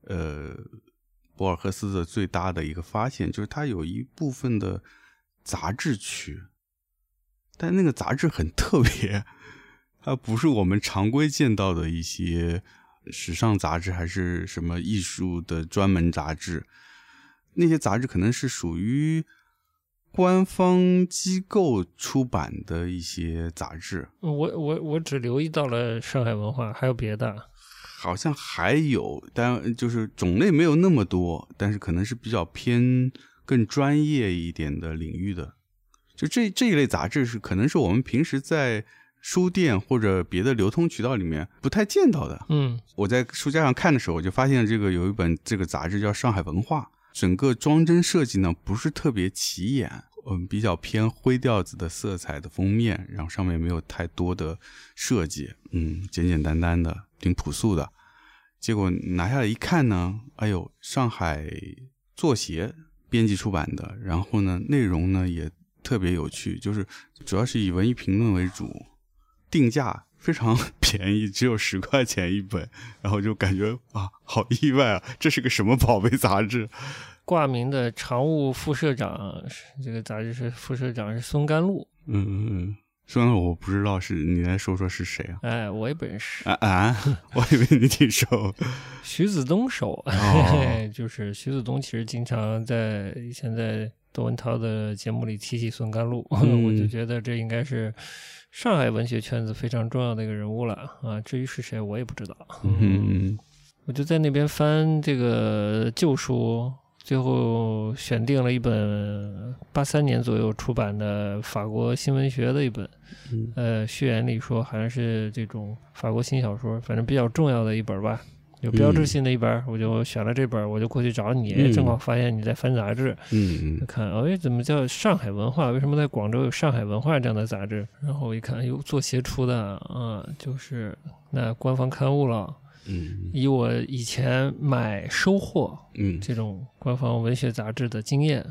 [SPEAKER 2] 的呃博尔赫斯的最大的一个发现，就是他有一部分的杂志区，但那个杂志很特别，它不是我们常规见到的一些时尚杂志还是什么艺术的专门杂志，那些杂志可能是属于官方机构出版的一些杂志，
[SPEAKER 3] 我我我只留意到了上海文化，还有别的。
[SPEAKER 2] 好像还有，但就是种类没有那么多，但是可能是比较偏更专业一点的领域的。就这这一类杂志是可能是我们平时在书店或者别的流通渠道里面不太见到的。
[SPEAKER 3] 嗯，
[SPEAKER 2] 我在书架上看的时候，我就发现这个有一本这个杂志叫《上海文化》，整个装帧设计呢不是特别起眼，嗯，比较偏灰调子的色彩的封面，然后上面没有太多的设计，嗯，简简单单的，挺朴素的。结果拿下来一看呢，哎呦，上海作协编辑出版的，然后呢，内容呢也特别有趣，就是主要是以文艺评论为主，定价非常 *laughs* 便宜，只有十块钱一本，然后就感觉啊，好意外啊，这是个什么宝贝杂志？
[SPEAKER 3] 挂名的常务副社长是这个杂志社副社长是孙甘露。
[SPEAKER 2] 嗯嗯嗯，虽然我不知道是你来说说是谁啊？
[SPEAKER 3] 哎，我也本是。
[SPEAKER 2] 啊啊！ *laughs* 我以为你挺熟。
[SPEAKER 3] 徐子东手，啊 *laughs* 哎
[SPEAKER 2] 哦
[SPEAKER 3] 就是徐子东，其实经常在以前在窦文涛的节目里提起孙甘露，
[SPEAKER 2] *laughs* 嗯
[SPEAKER 3] 我就觉得这应该是上海文学圈子非常重要的一个人物了啊。至于是谁，我也不知道。
[SPEAKER 2] 嗯
[SPEAKER 3] 我就在那边翻这个旧书，最后选定了一本八三年左右出版的法国新闻学的一本，
[SPEAKER 2] 嗯
[SPEAKER 3] 呃，序言里说好像是这种法国新小说，反正比较重要的一本吧，有标志性的一本，我就选了这本，我就过去找你，
[SPEAKER 2] 嗯
[SPEAKER 3] 正好发现你在翻杂志，
[SPEAKER 2] 嗯
[SPEAKER 3] 就
[SPEAKER 2] 嗯
[SPEAKER 3] 看，哎，怎么叫上海文化？为什么在广州有上海文化这样的杂志？然后我一看，哎呦，作协出的啊、就是那官方刊物了。
[SPEAKER 2] 嗯
[SPEAKER 3] 以我以前买《收获 *laughs*
[SPEAKER 2] 嗯》
[SPEAKER 3] 这种官方文学杂志的经验，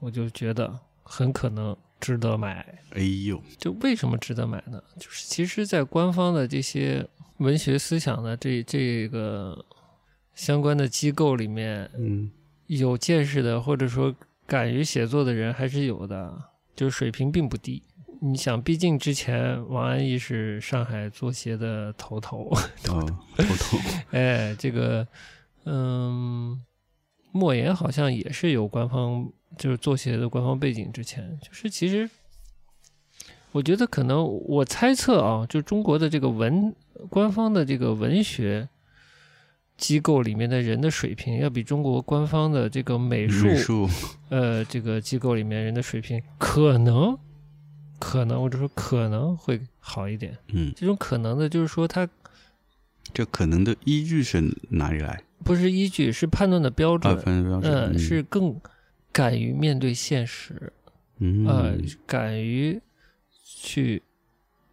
[SPEAKER 3] 我就觉得很可能值得买。
[SPEAKER 2] 哎呦，
[SPEAKER 3] 就为什么值得买呢？就是其实，在官方的这些文学思想的这这个相关的机构里面，
[SPEAKER 2] 嗯
[SPEAKER 3] 有见识的或者说敢于写作的人还是有的，就是水平并不低。你想，毕竟之前王安忆是上海作协的头头， *laughs*
[SPEAKER 2] 哦，头头，
[SPEAKER 3] 哎，这个，嗯，莫言好像也是有官方，就是作协的官方背景。之前就是其实，我觉得可能我猜测啊，就中国的这个文官方的这个文学机构里面的人的水平，要比中国官方的这个美术
[SPEAKER 2] 美术，
[SPEAKER 3] 呃这个机构里面人的水平，可能可能我就说可能会好一点。
[SPEAKER 2] 嗯，
[SPEAKER 3] 这种可能的，就是说他
[SPEAKER 2] 这可能的依据是哪里来？
[SPEAKER 3] 不是依据，是判断的标
[SPEAKER 2] 啊，
[SPEAKER 3] 准。
[SPEAKER 2] 分标准
[SPEAKER 3] 嗯，是更敢于面对现实，
[SPEAKER 2] 嗯
[SPEAKER 3] 呃，敢于去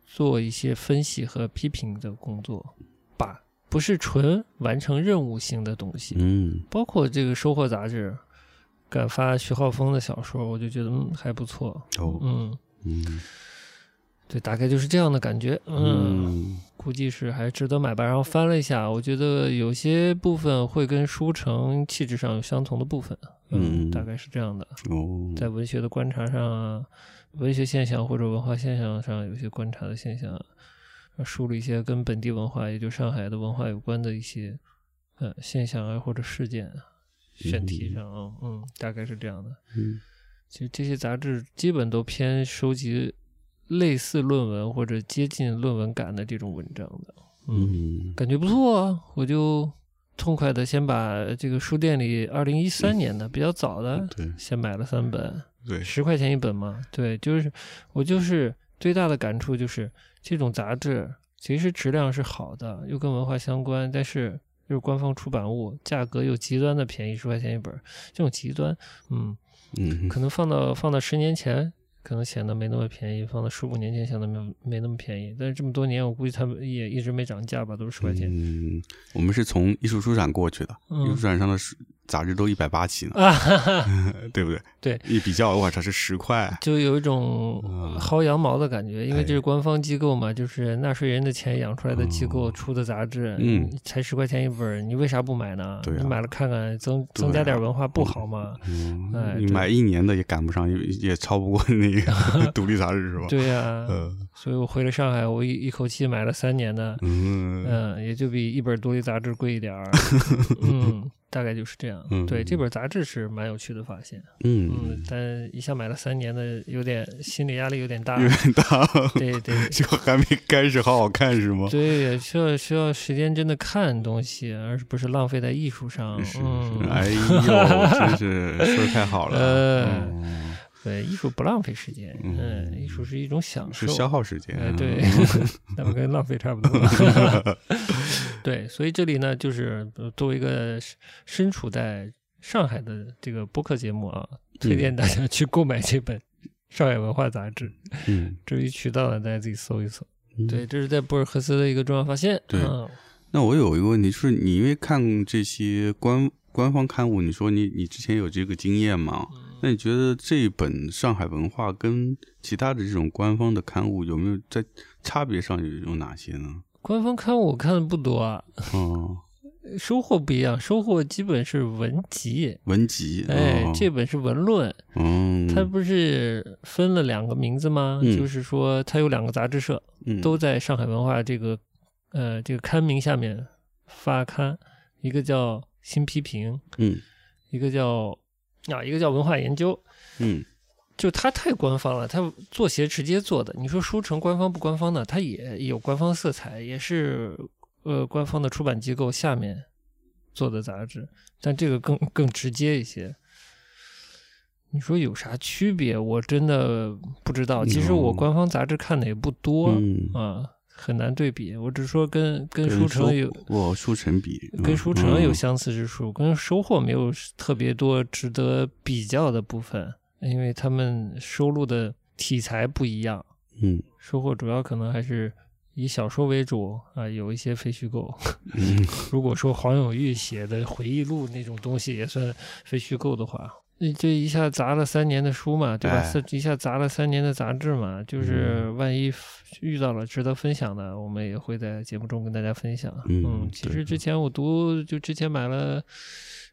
[SPEAKER 3] 做一些分析和批评的工作吧，不是纯完成任务性的东西。
[SPEAKER 2] 嗯
[SPEAKER 3] 包括这个《收获》杂志敢发徐浩峰的小说，我就觉得嗯还不错。
[SPEAKER 2] 哦
[SPEAKER 3] 嗯，
[SPEAKER 2] 嗯
[SPEAKER 3] 对，大概就是这样的感觉。嗯，
[SPEAKER 2] 嗯
[SPEAKER 3] 估计是还值得买吧。然后翻了一下，我觉得有些部分会跟书城气质上有相同的部分。啊
[SPEAKER 2] 嗯
[SPEAKER 3] 大概是这样的。
[SPEAKER 2] 哦，
[SPEAKER 3] 在文学的观察上啊，文学现象或者文化现象上有些观察的现象啊，梳理一些跟本地文化，也就上海的文化有关的一些呃现象啊或者事件啊，选题上啊，嗯，大概是这样的。
[SPEAKER 2] 嗯
[SPEAKER 3] 其实这些杂志基本都偏收集类似论文或者接近论文感的这种文章的，
[SPEAKER 2] 嗯
[SPEAKER 3] 感觉不错啊，我就痛快的先把这个书店里二零一三年的比较早的
[SPEAKER 2] 对
[SPEAKER 3] 先买了三本。
[SPEAKER 2] 对，
[SPEAKER 3] 十块钱一本嘛，对，就是我就是最大的感触就是这种杂志其实质量是好的，又跟文化相关，但是又是官方出版物，价格又极端的便宜，十块钱一本儿，这种极端，嗯，
[SPEAKER 2] 嗯
[SPEAKER 3] 可能放到放到十年前。可能显得没那么便宜，放到十五年前显得没没那么便宜，但是这么多年，我估计他们也一直没涨价吧，都是十块钱。
[SPEAKER 2] 嗯，我们是从艺术书展过去的，
[SPEAKER 3] 嗯
[SPEAKER 2] 艺术书展上的书杂志都一百八起呢，
[SPEAKER 3] 啊哈哈，
[SPEAKER 2] 对不对？
[SPEAKER 3] 对，
[SPEAKER 2] 一比较，我操，是十块，
[SPEAKER 3] *laughs* 就有一种
[SPEAKER 2] 嗯
[SPEAKER 3] 薅羊毛的感觉，因为这
[SPEAKER 2] 哎
[SPEAKER 3] 是官方机构嘛，就是纳税人的钱养出来的机构出的杂志，
[SPEAKER 2] 哦嗯
[SPEAKER 3] 你才十块钱一本儿，你为啥不买呢？
[SPEAKER 2] 对啊
[SPEAKER 3] 你买了看看，增
[SPEAKER 2] 对啊
[SPEAKER 3] 增加点文化不
[SPEAKER 2] *laughs*
[SPEAKER 3] 好吗？
[SPEAKER 2] 嗯
[SPEAKER 3] 哎
[SPEAKER 2] 你
[SPEAKER 3] 对
[SPEAKER 2] 买一年的也赶不上，也也超不过那
[SPEAKER 3] *laughs*
[SPEAKER 2] 个独立杂志是吧？，
[SPEAKER 3] 对呀、
[SPEAKER 2] 呃，
[SPEAKER 3] 所以我回了上海，我一一口气买了三年的，
[SPEAKER 2] 嗯
[SPEAKER 3] 嗯，也就比一本独立杂志贵
[SPEAKER 2] *laughs*
[SPEAKER 3] 一点儿，嗯，大概就是这样。
[SPEAKER 2] 嗯
[SPEAKER 3] 对，这本杂志是蛮有趣的发现，嗯
[SPEAKER 2] 嗯，，
[SPEAKER 3] 但一下买了三年的，有点心理压力有
[SPEAKER 2] *laughs*
[SPEAKER 3] 点大
[SPEAKER 2] 有，点大，
[SPEAKER 3] 嗯对对。
[SPEAKER 2] *laughs* 就还没开始好好看是吗？
[SPEAKER 3] 对，需要需要时间真的看东西，而不是浪费在艺术上。
[SPEAKER 2] 是是，
[SPEAKER 3] 嗯，
[SPEAKER 2] 哎呦，真是说的太好了，
[SPEAKER 3] *laughs* 呃
[SPEAKER 2] 嗯
[SPEAKER 3] 对，艺术不浪费时间，
[SPEAKER 2] 嗯
[SPEAKER 3] 嗯，艺术是一种享受
[SPEAKER 2] 是。消耗时间
[SPEAKER 3] 哎，
[SPEAKER 2] 啊，
[SPEAKER 3] 对， *laughs* 那么跟浪费差
[SPEAKER 2] *laughs*
[SPEAKER 3] 不多。对，所以这里呢，就是呃作为一个身身处在上海的这个播客节目啊，推荐大家去购买这本《上海文化杂志》。
[SPEAKER 2] 嗯，
[SPEAKER 3] 至于渠道呢，大家自己搜一搜。
[SPEAKER 2] 嗯
[SPEAKER 3] 对，这是在博尔赫斯的一个重要发现。
[SPEAKER 2] 对
[SPEAKER 3] 嗯
[SPEAKER 2] 那我有一个问题，就是你因为看这些官官方刊物，你说你你之前有这个经验吗？
[SPEAKER 3] 嗯
[SPEAKER 2] 那你觉得这一本《上海文化》跟其他的这种官方的刊物有没有在差别上有有哪些呢？
[SPEAKER 3] *laughs* 官方刊物我看的不多啊，
[SPEAKER 2] 哦，
[SPEAKER 3] 收获不一样，收获基本是文集。
[SPEAKER 2] 文集，
[SPEAKER 3] 哎
[SPEAKER 2] 哦，
[SPEAKER 3] 这本是文论，
[SPEAKER 2] 嗯，
[SPEAKER 3] 它不是分了两个名字吗？
[SPEAKER 2] 嗯
[SPEAKER 3] 就是说，它有两个杂志社，
[SPEAKER 2] 嗯
[SPEAKER 3] 都在上海文化这个呃这个刊名下面发刊，一个叫新批评，
[SPEAKER 2] 嗯
[SPEAKER 3] 一个叫啊一个叫文化研究。
[SPEAKER 2] 嗯
[SPEAKER 3] 就它太官方了，它做鞋直接做的。你说书城官方不官方呢？它也有官方色彩，也是呃官方的出版机构下面做的杂志，但这个更更直接一些。你说有啥区别？我真的不知道。其实我官方杂志看的也不多、
[SPEAKER 2] 嗯，
[SPEAKER 3] 啊，很难对比。我只说跟跟
[SPEAKER 2] 跟
[SPEAKER 3] 书城有
[SPEAKER 2] 我书城比，
[SPEAKER 3] 跟书城有
[SPEAKER 2] 嗯
[SPEAKER 3] 相似之处，跟收获没有特别多值得比较的部分，因为他们收录的题材不一样。
[SPEAKER 2] 嗯
[SPEAKER 3] 收获主要可能还是以小说为主啊，有一些非
[SPEAKER 2] *laughs*
[SPEAKER 3] 虚构。
[SPEAKER 2] 嗯
[SPEAKER 3] 如果说黄永玉写的回忆录那种东西也算非虚构的话，你这一下砸了三年的书嘛，对吧？
[SPEAKER 2] 哎嗯
[SPEAKER 3] 这一下砸了三年的杂志嘛，就是万一遇到了值得分享的，我们也会在节目中跟大家分享。
[SPEAKER 2] 嗯
[SPEAKER 3] 其
[SPEAKER 2] 对
[SPEAKER 3] 实之前我读就之前买了。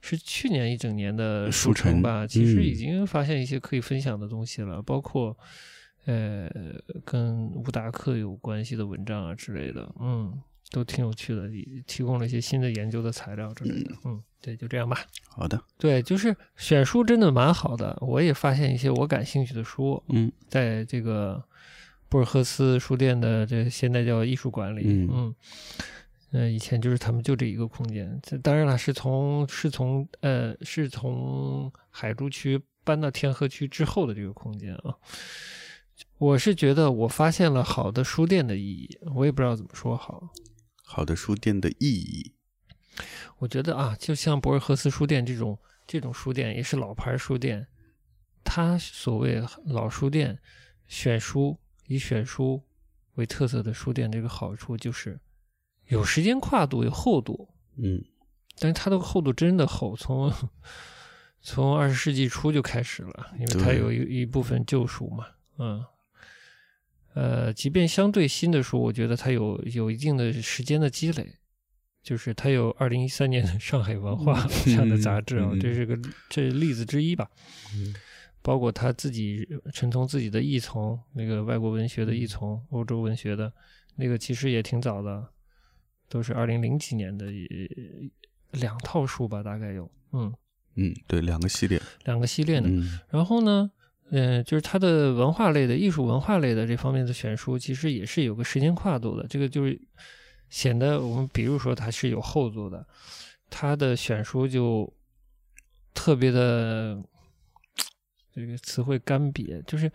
[SPEAKER 3] 是去年一整年的
[SPEAKER 2] 书
[SPEAKER 3] 书
[SPEAKER 2] 城
[SPEAKER 3] 城呃吧，其实
[SPEAKER 2] 嗯
[SPEAKER 3] 已经发现一些可以分享的东西了，包括呃跟乌达克有关系的文章啊之类的，嗯，都挺有趣的，也提供了一些新的研究的材料之类的。嗯，对，就这样吧。
[SPEAKER 2] 好的，
[SPEAKER 3] 对，就是选书真的蛮好的，我也发现一些我感兴趣的书，
[SPEAKER 2] 嗯
[SPEAKER 3] 在这个博尔赫斯书店的这现在叫艺术馆里，
[SPEAKER 2] 嗯
[SPEAKER 3] 嗯。呃，以前就是他们就这一个空间，这当然了，是从是从呃是从海珠区搬到天河区之后的这个空间啊。我是觉得我发现了好的书店的意义，我也不知道怎么说好。
[SPEAKER 2] 好的书店的意义，
[SPEAKER 3] 我觉得啊，就像博尔赫斯书店这种这种书店，也是老牌书店，它所谓老书店选书以选书为特色的书店，这个好处就是有时间跨度，有厚度，
[SPEAKER 2] 嗯
[SPEAKER 3] 但是它的厚度真的厚，从从二十世纪初就开始了，因为它
[SPEAKER 2] 对
[SPEAKER 3] 有一一部分旧书嘛，嗯，呃，即便相对新的书，我觉得它有有一定的时间的积累，就是它有二零一三年的《上海文化》这样的杂志啊、
[SPEAKER 2] 嗯嗯嗯
[SPEAKER 3] 这是个这是例子之一吧。
[SPEAKER 2] 嗯
[SPEAKER 3] 包括他自己陈从自己的译从，那个外国文学
[SPEAKER 2] 嗯
[SPEAKER 3] 的译从，欧洲文学的那个其实也挺早的，都是二零零几年的呃两套书吧，大概有，嗯，
[SPEAKER 2] 嗯，对，两个系列，
[SPEAKER 3] 两个系列呢。
[SPEAKER 2] 嗯
[SPEAKER 3] 然后呢，呃，就是他的文化类的、艺术文化类的这方面的选书，其实也是有个时间跨度的。这个就是显得我们，比如说他是有厚度的，他的选书就特别的这个词汇干瘪，就是。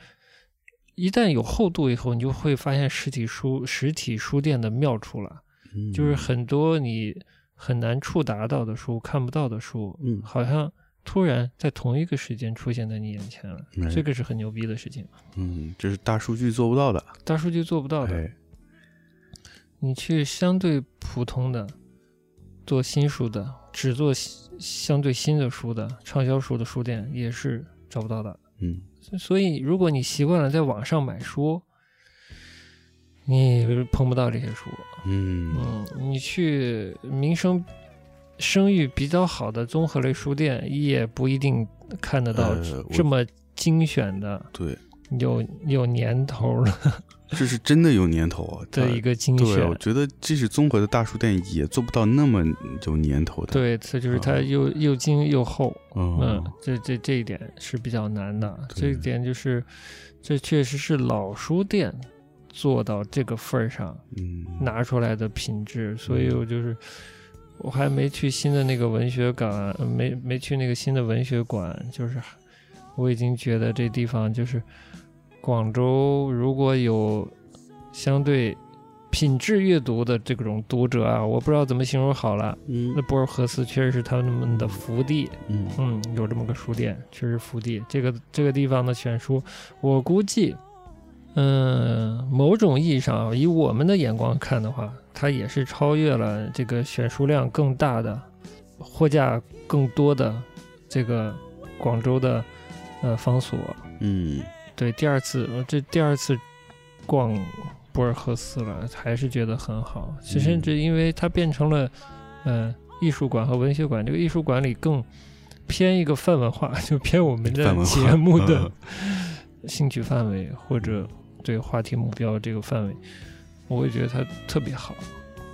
[SPEAKER 3] 一旦有厚度以后，你就会发现实体书实体书店的妙处了。
[SPEAKER 2] 嗯，
[SPEAKER 3] 就是很多你很难触达到的书、看不到的书，
[SPEAKER 2] 嗯
[SPEAKER 3] 好像突然在同一个时间出现在你眼前了，
[SPEAKER 2] 没
[SPEAKER 3] 这个是很牛逼的事情，
[SPEAKER 2] 嗯，这是大数据做不到的，
[SPEAKER 3] 大数据做不到的。
[SPEAKER 2] 哎，
[SPEAKER 3] 你去相对普通的做新书的，只做新相对新的书的畅销书的书店也是找不到的。
[SPEAKER 2] 嗯
[SPEAKER 3] 所以，如果你习惯了在网上买书，你碰不到这些书。
[SPEAKER 2] 嗯
[SPEAKER 3] 嗯，你去名声声誉比较好的综合类书店，也不一定看得到
[SPEAKER 2] 呃我
[SPEAKER 3] 这么精选的、
[SPEAKER 2] 对，
[SPEAKER 3] 有有年头了
[SPEAKER 2] 这是真的有年头啊，它
[SPEAKER 3] 的一个精
[SPEAKER 2] 对，
[SPEAKER 3] 选
[SPEAKER 2] 我。觉得即使综合的大书店也做不到那么有年头的，，
[SPEAKER 3] 对，这就是它
[SPEAKER 2] 啊
[SPEAKER 3] 又又精又厚，嗯
[SPEAKER 2] 嗯，
[SPEAKER 3] 这这这一点是比较难的。这
[SPEAKER 2] 对
[SPEAKER 3] 一点就是，这确实是老书店做到这个份儿上，
[SPEAKER 2] 嗯，
[SPEAKER 3] 拿出来的品质，所以我就是我还没去新的那个文学馆，呃没没去那个新的文学馆，就是我已经觉得这地方就是广州如果有相对品质阅读的这种读者啊，我不知道怎么形容好了。
[SPEAKER 2] 嗯
[SPEAKER 3] 那博尔赫斯确实是他们的福地，
[SPEAKER 2] 嗯
[SPEAKER 3] 嗯，有这么个书店，确实福地。这个这个地方的选书，我估计，嗯、某种意义上啊，以我们的眼光看的话，它也是超越了这个选书量更大的、货架更多的这个广州的呃方所。
[SPEAKER 2] 嗯，
[SPEAKER 3] 对，第二次呃这第二次逛博尔赫斯了，还是觉得很好。其实
[SPEAKER 2] 嗯
[SPEAKER 3] 甚至因为它变成了，呃，艺术馆和文学馆，这个艺术馆里更偏一个泛文化，就偏我们的
[SPEAKER 2] 范文化
[SPEAKER 3] 节目的
[SPEAKER 2] 嗯
[SPEAKER 3] 兴趣范围或者对话题目标这个范围，我会觉得它特别好。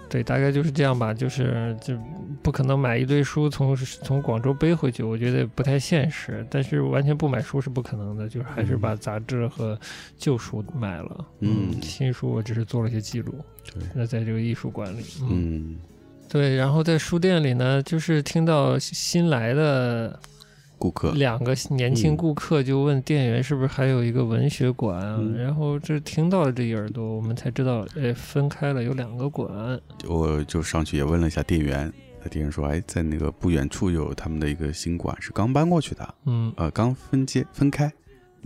[SPEAKER 3] 对，大概就是这样吧，就是就不可能买一堆书从从广州背回去，我觉得不太现实。但是完全不买书是不可能的，就是还是把杂志和旧书买了。
[SPEAKER 2] 嗯
[SPEAKER 3] 新书我只是做了一些记录。
[SPEAKER 2] 对，
[SPEAKER 3] 那在这个艺术馆里，嗯，
[SPEAKER 2] 嗯，
[SPEAKER 3] 对。然后在书店里呢，就是听到新来的
[SPEAKER 2] 顾客，
[SPEAKER 3] 两个年轻
[SPEAKER 2] 嗯
[SPEAKER 3] 顾客就问店员是不是还有一个文学馆啊？
[SPEAKER 2] 嗯
[SPEAKER 3] 然后这听到了这一耳朵，我们才知道，哎，分开了有两个馆。
[SPEAKER 2] 我就上去也问了一下店员，那店员说，哎，在那个不远处有他们的一个新馆，是刚搬过去的，
[SPEAKER 3] 嗯，
[SPEAKER 2] 呃，刚分街分开，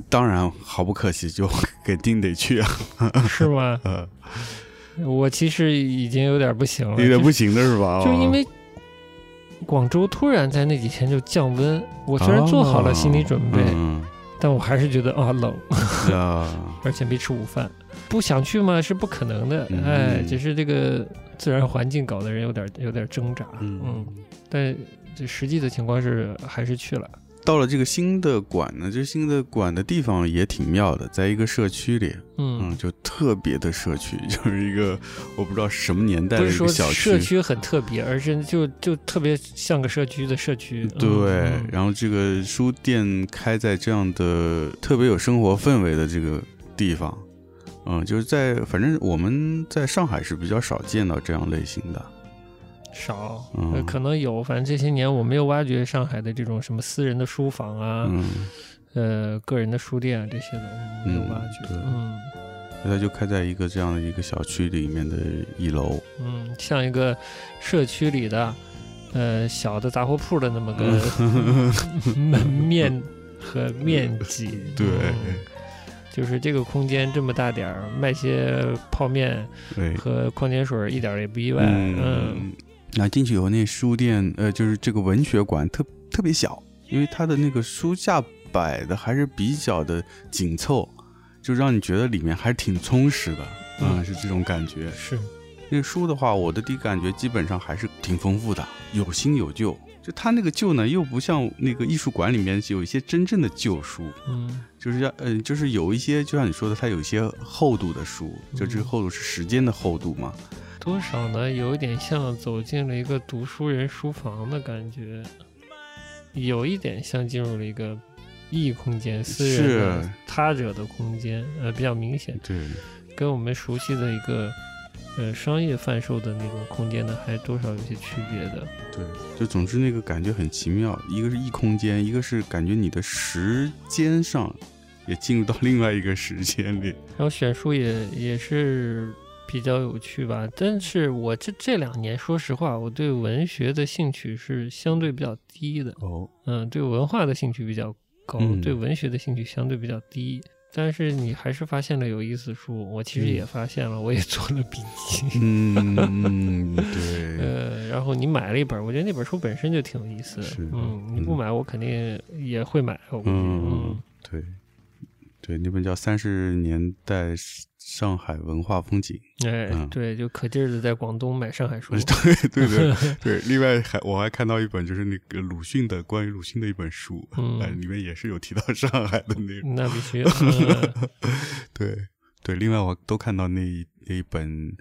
[SPEAKER 2] 当然毫不客气，就肯定得去啊，
[SPEAKER 3] 是吗？
[SPEAKER 2] 呃
[SPEAKER 3] 我其实已经有点不行了，
[SPEAKER 2] 有点不行的是吧？
[SPEAKER 3] 就是，就是因
[SPEAKER 2] 哦
[SPEAKER 3] 为广州突然在那几天就降温，我虽然做好了心理准备，
[SPEAKER 2] 哦嗯，
[SPEAKER 3] 但我还是觉得啊冷，
[SPEAKER 2] 是啊，
[SPEAKER 3] 而且没吃午饭，不想去吗？是不可能的，
[SPEAKER 2] 嗯
[SPEAKER 3] 哎，只是这个自然环境搞得人有点有点挣扎，嗯
[SPEAKER 2] *laughs* 嗯。
[SPEAKER 3] 但这实际的情况是还是去了，
[SPEAKER 2] 到了这个新的馆呢，这新的馆的地方也挺妙的，在一个社区里，
[SPEAKER 3] 嗯。
[SPEAKER 2] 嗯，就特别的社区， *laughs* 就是一个我不知道什么年代
[SPEAKER 3] 不
[SPEAKER 2] 的嗯
[SPEAKER 3] 是
[SPEAKER 2] 一
[SPEAKER 3] 说
[SPEAKER 2] 个小
[SPEAKER 3] 社区很特别，而是就就特别像个社区的社区。嗯
[SPEAKER 2] 对，
[SPEAKER 3] 嗯
[SPEAKER 2] 然后这个书店开在这样的特别有生活氛围的这个地方，嗯，就是在反正我们在上海是比较少见到这样类型的，
[SPEAKER 3] 少，
[SPEAKER 2] 嗯
[SPEAKER 3] 呃，可能有，反正这些年我没有挖掘上海的这种什么私人的书房啊，
[SPEAKER 2] 嗯，
[SPEAKER 3] 呃，个人的书店啊这些的，我没有
[SPEAKER 2] 嗯
[SPEAKER 3] 挖掘。
[SPEAKER 2] 对
[SPEAKER 3] 嗯
[SPEAKER 2] 它就开在一个这样的一个小区里面的一楼，
[SPEAKER 3] 嗯，像一个社区里的呃小的杂货铺的那么个门面和面积。
[SPEAKER 2] 嗯 *laughs* 对
[SPEAKER 3] 嗯就是这个空间这么大点儿，卖些泡面
[SPEAKER 2] 对，
[SPEAKER 3] 和矿泉水儿一点儿也不意外。嗯
[SPEAKER 2] 哎嗯，那进去以后，那书店呃，就是这个文学馆特特别小，因为它的那个书架摆的还是比较的紧凑，就让你觉得里面还挺充实的啊、
[SPEAKER 3] 嗯
[SPEAKER 2] 是这种感觉。
[SPEAKER 3] 是，
[SPEAKER 2] 那书的话，我的第一感觉基本上还是挺丰富的，有新有旧。就它那个旧呢，又不像那个艺术馆里面有一些真正的旧书，
[SPEAKER 3] 嗯
[SPEAKER 2] 就是要嗯、就是有一些就像你说的，它有一些厚度的书，就这
[SPEAKER 3] 嗯
[SPEAKER 2] 厚度是时间的厚度嘛。
[SPEAKER 3] 多少呢？有一点像走进了一个读书人书房的感觉，有一点像进入了一个异空间、私人
[SPEAKER 2] 是
[SPEAKER 3] 的他者的空间，呃，比较明显，
[SPEAKER 2] 对，
[SPEAKER 3] 跟我们熟悉的一个呃商业贩售的那种空间呢，还多少有些区别的。
[SPEAKER 2] 对，就总之那个感觉很奇妙，一个是异空间，一个是感觉你的时间上也进入到另外一个时间里。
[SPEAKER 3] 然后选书也也是比较有趣吧，但是我这这两年，说实话，我对文学的兴趣是相对比较低的。
[SPEAKER 2] 哦，
[SPEAKER 3] 嗯，对文化的兴趣比较高，
[SPEAKER 2] 嗯
[SPEAKER 3] 对文学的兴趣相对比较低。但是你还是发现了有意思的书，我其实
[SPEAKER 2] 嗯
[SPEAKER 3] 也发现了，我也做了笔记。
[SPEAKER 2] 嗯，对，
[SPEAKER 3] *laughs* 呃，然后你买了一本，我觉得那本书本身就挺有意思的
[SPEAKER 2] 是的
[SPEAKER 3] 嗯，你不
[SPEAKER 2] 嗯
[SPEAKER 3] 买，我肯定也会买，我估计。
[SPEAKER 2] 嗯，对，对，那本叫《三十年代上海文化风景 *laughs*
[SPEAKER 3] 哎，
[SPEAKER 2] 嗯
[SPEAKER 3] 对，就可劲儿的在广东买上海》书。
[SPEAKER 2] 对对对对。另外还我还看到一本就是那个鲁迅的关于鲁迅的一本书，
[SPEAKER 3] *laughs* 嗯
[SPEAKER 2] 哎，里面也是有提到上海的内容。
[SPEAKER 3] 那必
[SPEAKER 2] *laughs*
[SPEAKER 3] 须。嗯
[SPEAKER 2] 对对，另外我都看到那一那一本